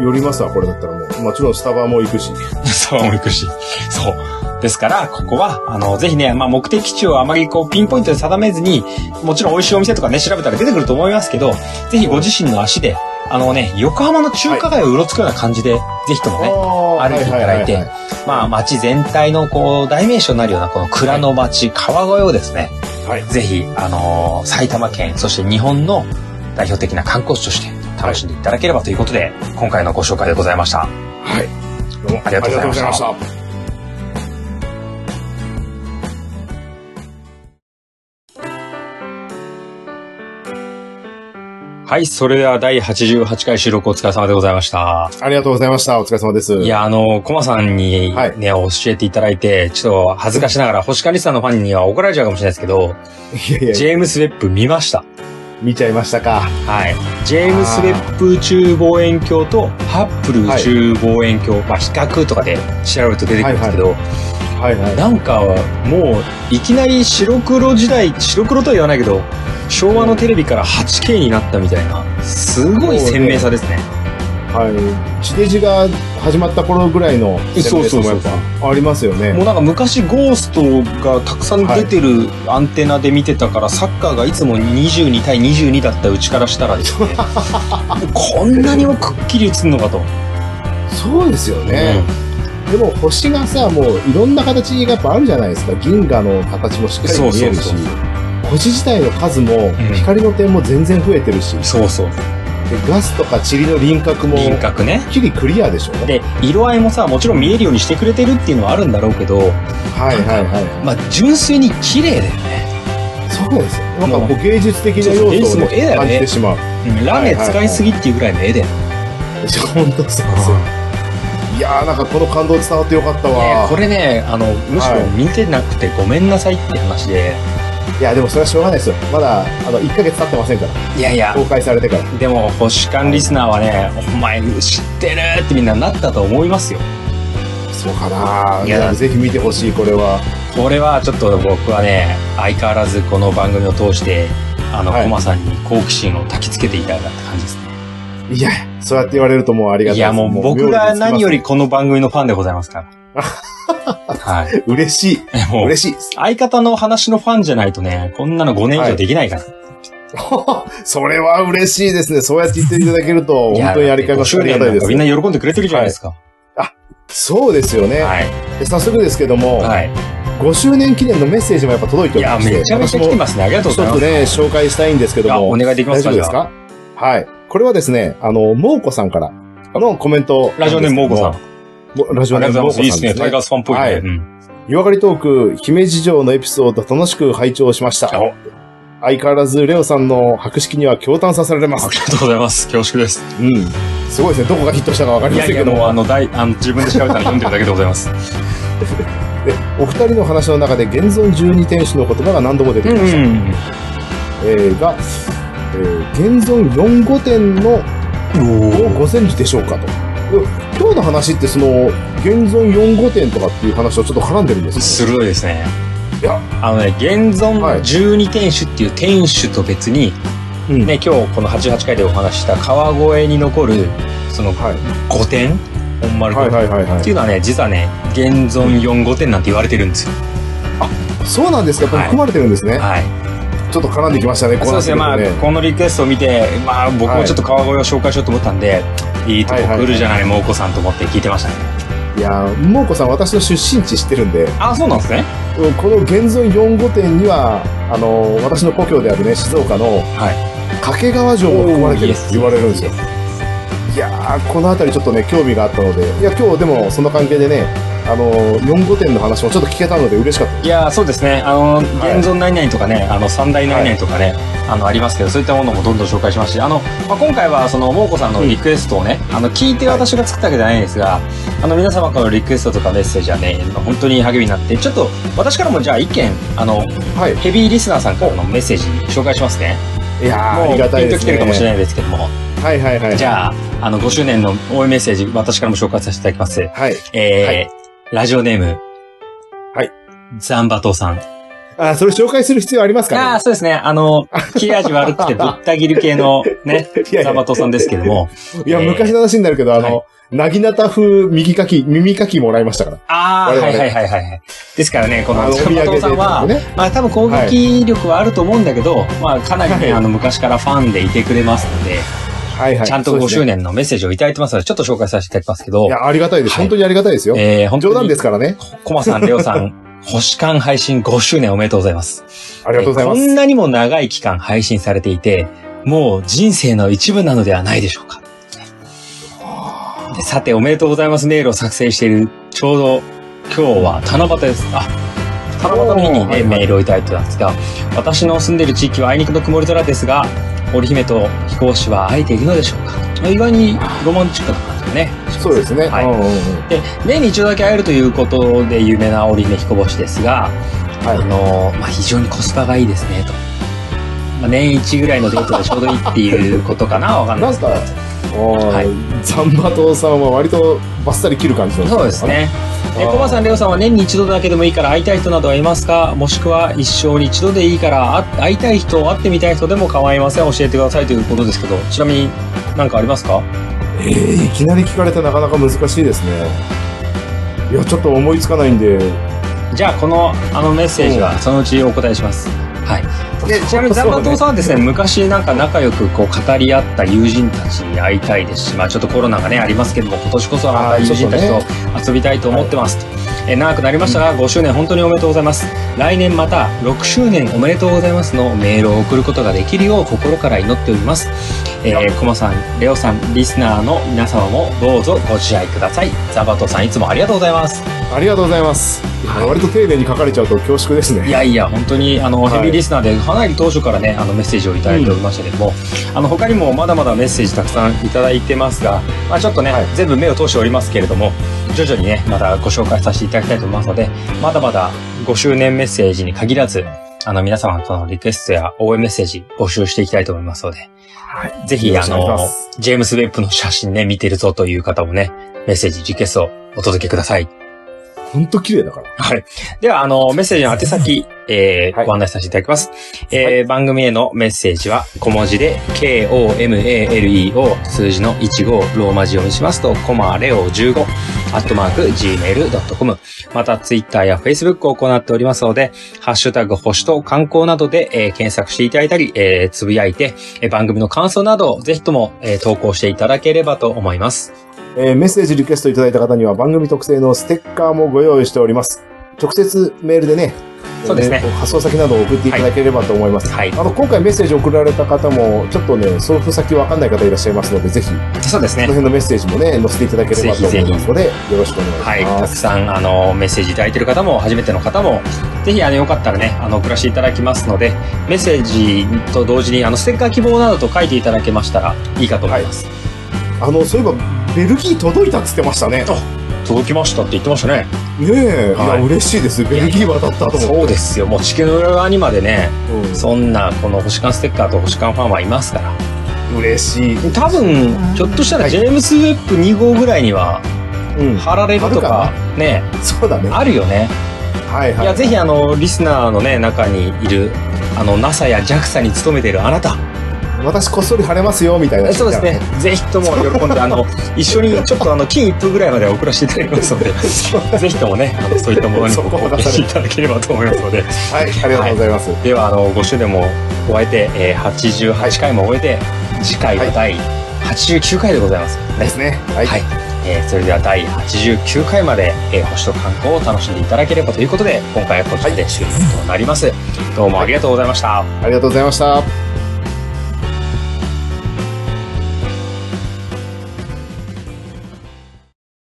Speaker 1: 寄りますわ、これだったらもう。もちろんスタバも行くし。
Speaker 2: [laughs] そうも行くし。そう。ですから、ここは、あの、ぜひね、まあ、目的地をあまりこう、ピンポイントで定めずに、もちろん美味しいお店とかね、調べたら出てくると思いますけど、ぜひご自身の足で、あのね、横浜の中華街をうろつくような感じで、ぜひともね、
Speaker 1: あー
Speaker 2: 歩いていただいて
Speaker 1: ははは
Speaker 2: まあ、街全体のこう、代名詞となるような、この蔵の街、川越をですね、
Speaker 1: はい
Speaker 2: ぜひ、あのー埼玉県、そして日本の代表的な観光地として楽しんでいただければということで、今回のご紹介でございました。
Speaker 1: い。はい。どうも
Speaker 2: ありがとうございました
Speaker 1: ありがとうございました。
Speaker 2: はい、それでは第88回収録お疲れ様でございました。
Speaker 1: ありがとうございました。お疲れ様です。
Speaker 2: いや、あの、コマさんにね、
Speaker 1: はい
Speaker 2: 教えていただいて、ちょっと恥ずかしながら、星狩さんのファンには怒られちゃうかもしれないですけど、
Speaker 1: いやいや、
Speaker 2: ジェームス・ウェップ見ました。
Speaker 1: 見ちゃいましたか。
Speaker 2: はい。ジェームス・ウェップ宇宙望遠鏡とハッブル宇宙望遠鏡、まあ比較とかで調べると出てくるんですけど、
Speaker 1: はいはい。
Speaker 2: なんかもういきなり白黒時代、白黒とは言わないけど、昭和のテレビから 8K になったみたいな、すごい鮮明さですね。
Speaker 1: はい。地デジが始まった頃ぐらいの、
Speaker 2: そうそうそ
Speaker 1: や
Speaker 2: う
Speaker 1: っぱありますよね。
Speaker 2: もうなんか昔ゴーストがたくさん出てるアンテナで見てたから、サッカーがいつも22対22だったうちからしたらです [laughs] ねこんなにもくっきり映るのかと、
Speaker 1: そうですよね。でも星がさ、もういろんな形がやっぱあるじゃないですか。銀河の形もしっかり見えるし
Speaker 2: そうそうそ。
Speaker 1: 星自体の数も、
Speaker 2: ん
Speaker 1: 光の点も全然増えてるし、
Speaker 2: うんそうそう
Speaker 1: でガスとか塵の輪郭も、
Speaker 2: 輪郭ね
Speaker 1: はっきりクリアでしょ
Speaker 2: で色合いもさもちろん見えるようにしてくれてるっていうのはあるんだろうけど
Speaker 1: はいはいは
Speaker 2: まあ純粋に綺麗だよね、
Speaker 1: い。そうですよ。なんかこう芸術的な要
Speaker 2: そ
Speaker 1: 素
Speaker 2: うそう
Speaker 1: を
Speaker 2: 芸術も絵だよ
Speaker 1: 感
Speaker 2: ね
Speaker 1: じてしま
Speaker 2: [laughs]
Speaker 1: う。
Speaker 2: うんラメ使いすぎっていうぐらいの絵だよね
Speaker 1: 本当そうですよ。いやーなんかこの感動伝わってよかった
Speaker 2: ね
Speaker 1: わ。
Speaker 2: これねあのむしろ見てなくてごめんなさいって話で、
Speaker 1: いやでもそれはしょうがないですよ。まだあの1ヶ月経ってませんから。
Speaker 2: い、やいや
Speaker 1: 公開されてから。
Speaker 2: でも星間リスナーはねお前知ってるってみんななったと思いますよ
Speaker 1: そうかなー
Speaker 2: いや
Speaker 1: いやぜひ見てほしいこれは。
Speaker 2: これはちょっと僕はね相変わらずこの番組を通してあの、
Speaker 1: はい
Speaker 2: コマさんに好奇心を焚きつけていただいたって感じですね
Speaker 1: いやそうやって言われるともうありがた
Speaker 2: い
Speaker 1: い
Speaker 2: やもう僕が何よりこの番組のファンでございますから
Speaker 1: [laughs]
Speaker 2: はい
Speaker 1: 嬉しい
Speaker 2: もう
Speaker 1: 嬉しい。 [laughs]
Speaker 2: 相方の話のファンじゃないとねこんなの5年以上できないから、
Speaker 1: それは嬉しいですね。そうやって言っていただけると
Speaker 2: いや
Speaker 1: 本当にありが
Speaker 2: 5
Speaker 1: た
Speaker 2: 周
Speaker 1: いあり
Speaker 2: 年
Speaker 1: がたい
Speaker 2: なん
Speaker 1: で
Speaker 2: か
Speaker 1: す
Speaker 2: みん。な喜んでくれてるじゃないですか
Speaker 1: そうですよね。
Speaker 2: はい、
Speaker 1: で早速ですけども、
Speaker 2: はい
Speaker 1: 5周年記念のメッセージもやっぱ届いて
Speaker 2: い
Speaker 1: おり
Speaker 2: や、
Speaker 1: まして。
Speaker 2: めちゃめちゃ来てますね。ありがとうご
Speaker 1: 私
Speaker 2: ざい
Speaker 1: も
Speaker 2: ま
Speaker 1: 一つ
Speaker 2: す。
Speaker 1: ね、紹介したいんですけど
Speaker 2: あ
Speaker 1: も。
Speaker 2: お願いできま
Speaker 1: 大
Speaker 2: す
Speaker 1: 丈夫
Speaker 2: か
Speaker 1: です
Speaker 2: じゃ
Speaker 1: かはい。これはですね、あの、モーコさんからのコメント
Speaker 2: あラジオネーム、もうこさん。あ
Speaker 1: ん。ラジオ
Speaker 2: り
Speaker 1: ネーム、モーコ
Speaker 2: がとうご
Speaker 1: さ
Speaker 2: ざ
Speaker 1: ん
Speaker 2: います。いい
Speaker 1: で
Speaker 2: ですすね。タイガ
Speaker 1: ね。
Speaker 2: ースファンっぽいね。
Speaker 1: はい
Speaker 2: うん
Speaker 1: 湯上がりトーク、姫路城のエピソード楽しく拝聴しました。
Speaker 2: お
Speaker 1: 相変わらず、レオさんの博識には驚嘆させられま
Speaker 2: あ
Speaker 1: す
Speaker 2: り。がとうございます。恐縮です。
Speaker 1: うん。すごいですね。どこがヒットしたかわかり
Speaker 2: い
Speaker 1: ま
Speaker 2: や
Speaker 1: せ
Speaker 2: い
Speaker 1: んけ
Speaker 2: や、
Speaker 1: ど
Speaker 2: もう、
Speaker 1: も。
Speaker 2: あの、大、あの、自分で調べたら読んでるだけでございます。
Speaker 1: でお二人の話の中で、現存十二天使の言葉が何度も出てきました。
Speaker 2: ん。
Speaker 1: えーが、えー現存四五点のをご存知でしょうかと。で今日の話ってその現存4号点とかっていう話とちょっと絡んでるんですよ
Speaker 2: 鋭いですね。
Speaker 1: いや
Speaker 2: あのね、現存
Speaker 1: はい
Speaker 2: 12天守っていう天守と別に、
Speaker 1: うん
Speaker 2: ね、今日この88回でお話しした川越に残る、その
Speaker 1: はい
Speaker 2: 5点本丸
Speaker 1: はい
Speaker 2: 5点。
Speaker 1: はいはいは
Speaker 2: っていうのはね、実はね、現存4、5点なんて言われてるんですよ。
Speaker 1: い。そうなんですか。やっぱり
Speaker 2: はい
Speaker 1: 含まれてるんですね。
Speaker 2: はい。
Speaker 1: ちょっと絡んできましたね。こ
Speaker 2: そうですね、まあ、
Speaker 1: 話
Speaker 2: このリクエストを見て、まあ、僕もちょっと川越を紹介しようと思ったんで、い、いとこ来るじゃない、もうこさんと思って聞いてましたね。
Speaker 1: いやー、もうこさん私の出身地知ってるんで、
Speaker 2: あ、そうなんですね。
Speaker 1: うんこの現存4号点には、あのー私の故郷であるね、静岡の
Speaker 2: は
Speaker 1: 掛川城も含まれてるって言われるんですよ
Speaker 2: お。
Speaker 1: いやー、この辺りちょっとね、興味があったので、いや、今日でもその関係でね、あのー、4号点の話もちょっと聞けたので嬉しかった
Speaker 2: い。いやー、そうですね。あの、現存何々とかね、あの、三大何々とかね、あの、ありますけど、そういったものもどんどん紹介しますし、あの、まあ、今回は、その、もうこさんのリクエストをね、あの、聞いて私が作ったわけじゃないんですが、あの、皆様からのリクエストとかメッセージはね、まあ本当に励みになって、ちょっと、私からもじゃあ一件、あの、
Speaker 1: はい。
Speaker 2: ヘビーリスナーさんからのメッセージ紹介しますね。
Speaker 1: いやー、あ
Speaker 2: もう、
Speaker 1: り
Speaker 2: ピ
Speaker 1: がたい
Speaker 2: ン
Speaker 1: で
Speaker 2: と
Speaker 1: す
Speaker 2: 来
Speaker 1: ね。
Speaker 2: てるかもしれないですけども、
Speaker 1: はいはいはい。
Speaker 2: じゃあ、あの、5周年の応援メッセージ、私からも紹介させていただきます。え
Speaker 1: はい。
Speaker 2: ー
Speaker 1: はい
Speaker 2: ラジオネーム。
Speaker 1: はい。
Speaker 2: ザンバトさん。
Speaker 1: あ、それ紹介する必要あります
Speaker 2: あ
Speaker 1: か
Speaker 2: あ、そうですね。
Speaker 1: [laughs]
Speaker 2: あの、切れ味悪くてぶった切る系のね、
Speaker 1: ねいやい
Speaker 2: ザンバ
Speaker 1: や
Speaker 2: トさんですけども。
Speaker 1: いや、
Speaker 2: えー
Speaker 1: 昔の話になるけど、あの、なぎなた風右書き、耳書きもらいましたから。
Speaker 2: ああ、は
Speaker 1: 我々
Speaker 2: いはいはいはいはい。ですからね、こ
Speaker 1: あ
Speaker 2: の
Speaker 1: の、お
Speaker 2: ザ
Speaker 1: 土
Speaker 2: ン
Speaker 1: 産
Speaker 2: バ
Speaker 1: で
Speaker 2: トさんは、
Speaker 1: ね。
Speaker 2: まあ多分攻撃力はあると思うんだけど、まあかなり
Speaker 1: は
Speaker 2: ね、
Speaker 1: い
Speaker 2: あの昔からファンでいてくれますので、
Speaker 1: はいはい。
Speaker 2: ちゃんと
Speaker 1: そうで
Speaker 2: 5
Speaker 1: すね
Speaker 2: 周。年のメッセージをいただいてますので、ちょっと紹介させていただきますけど
Speaker 1: い、や、ありがたいです。
Speaker 2: はい
Speaker 1: 本当にありがたいですよ。
Speaker 2: えー、本
Speaker 1: 冗
Speaker 2: 当に
Speaker 1: 談ですからね。
Speaker 2: コマさん、レオさ
Speaker 1: [laughs]
Speaker 2: ん、星間配信5周年おめでとうございます。
Speaker 1: ありがとうございま
Speaker 2: えーこん
Speaker 1: す。
Speaker 2: なにも長い期間配信されていて、もう人生の一部なのではないでしょうか。でさて、おめでとうございますメールを作成している、ちょうど今日は七夕です。あ、七夕の日に
Speaker 1: おーは
Speaker 2: ね、
Speaker 1: いはい
Speaker 2: メールをいただいてたんですが、私の住んでいる地域はあいにくの曇り空ですが、織姫と貴公子は会えているのでしょうか意外にロマンチックな感じがね
Speaker 1: そうですね。
Speaker 2: はい
Speaker 1: うんうんうん
Speaker 2: で年に一度だけ会えるということで有名な織姫彦星ですが、
Speaker 1: はい
Speaker 2: あのまあ、非常にコスパがいいですねと、まあ、年一ぐらいのデートがちょうどいいっていうことか [laughs] なわかんないですけど
Speaker 1: なんはい、ザンバトさんは割とバッサリ切る感じの人
Speaker 2: そうですね
Speaker 1: あー
Speaker 2: えコバさん、レオさんは年に一度だけでもいいから会いたい人などはいますかもしくは一生に一度でいいからあ会いたい人、会ってみたい人でも構いません。教えてくださいということですけど、ちなみに何かありますか
Speaker 1: えーいきなり聞かれてなかなか難しいですねいやちょっと思いつかないんで
Speaker 2: じゃあ、この、あのメッセージはそのうちお答えします。はい。で、ちなみにザンバトウさんはですね、昔なんか仲良くこう語り合った友人たちに会いたいですし、まあちょっとコロナがね、ありますけども、今年こそはまた友人たち
Speaker 1: あ
Speaker 2: と
Speaker 1: ー
Speaker 2: 遊びたいと思ってますと。えー長くなりましたが、5周年本当におめでとうございます。来年また6周年おめでとうございますのメールを送ることができるよう心から祈っております。えー、コマさん、レオさん、リスナーの皆様もどうぞご自愛ください。ザンバトウさんいつもありがとうございます。
Speaker 1: ありがとうございます、
Speaker 2: はい
Speaker 1: 割と丁寧に書かれちゃうと恐縮ですね
Speaker 2: いやいや、本当に、あの、
Speaker 1: はい
Speaker 2: ヘビーリスナーで、かなり当初からね、あの、メッセージをいただいておりましたけども、あの、他にもまだまだメッセージたくさんいただいてますが、まあ、ちょっとね、
Speaker 1: はい
Speaker 2: 全部目を通しておりますけれども、徐々にね、またご紹介させていただきたいと思いますので、まだまだ5周年メッセージに限らず、あの、皆様とのリクエストや応援メッセージ募集していきたいと思いますので、
Speaker 1: い
Speaker 2: ぜひ、
Speaker 1: よろ
Speaker 2: あ
Speaker 1: しくお願い
Speaker 2: の
Speaker 1: します、
Speaker 2: ジェームス・ウェップの写真ね、見てるぞという方もね、メッセージ、リクエストをお届けください。
Speaker 1: ほんと綺麗だから
Speaker 2: はい。では、あの、メッセージの宛先、えー
Speaker 1: はい
Speaker 2: ご案内させていただきます。えー
Speaker 1: は
Speaker 2: 番組へのメッセージは、小文字で、KOMALEO、数字の15、ローマ字読みしますと、コマレオ15、アットマーク、gmail.com。また、ツイッターやフェイスブックを行っておりますので、ハッシュタグ、星と観光などで、えー検索していただいたり、えーつぶやいて、えー番組の感想などを、ぜひとも、えー投稿していただければと思います。
Speaker 1: えーメッセージリクエストいただいた方には番組特製のステッカーもご用意しております直接メールでね
Speaker 2: そうですね
Speaker 1: えー発送先などを送っていただければと思います、
Speaker 2: はい。
Speaker 1: あの今回メッセージ送られた方もちょっとね送付先わかんない方いらっしゃいますのでぜひ
Speaker 2: そうですね
Speaker 1: この。辺のメッセージもね、載せていただければと思いますので、よろしくお
Speaker 2: は
Speaker 1: 願いし
Speaker 2: い、
Speaker 1: たま
Speaker 2: く
Speaker 1: す。
Speaker 2: さんあのメッセージいただいている方も初めての方もぜひあのよかったらねあの送らせていただきますのでメッセージと同時にあのステッカー希望などと書いていただけましたらいいかと思います、
Speaker 1: あの、そういえば、ベルギー届いたって言ってましたね。
Speaker 2: 届きましたって言ってましたね
Speaker 1: ねえ、
Speaker 2: はい
Speaker 1: い、や、嬉しいです。ベルギー渡ったと思
Speaker 2: そうですよもう地球の裏側にまでね
Speaker 1: う。
Speaker 2: そんなこの星間ステッカーと星間ファンはいますから
Speaker 1: うん、嬉しい。
Speaker 2: 多分ひょっとしたらジェームス・ウェップ2号ぐらいには
Speaker 1: うん、
Speaker 2: 貼られるとか
Speaker 1: 貼
Speaker 2: ね
Speaker 1: そうだね。
Speaker 2: あるよね
Speaker 1: はいはい。
Speaker 2: いやぜひあのリスナーのね中にいるあの NASA や JAXA に勤めてるあなた
Speaker 1: 私こっそり晴れますよ、みたいな。
Speaker 2: そうですね。ぜひとも喜んで、あの、一緒にちょっとあの、金一封ぐらいまでは送らせていただきますので、ぜひともね、あの、そういったものに
Speaker 1: そ
Speaker 2: も
Speaker 1: こ
Speaker 2: ご
Speaker 1: を
Speaker 2: 貢
Speaker 1: 出
Speaker 2: 献
Speaker 1: され
Speaker 2: して
Speaker 1: る
Speaker 2: いただければと思いますので、
Speaker 1: はい、ありがとうございます。
Speaker 2: では、あの、5周年も終えて、えー88回も終えて、次回は第89回でございます。
Speaker 1: ですね。は。
Speaker 2: はいい。えーそれでは第89回まで、えー星と観光を楽しんでいただければということで、今回はこちらで終了となります。どうもありがとうございました。
Speaker 1: ありがとうございました。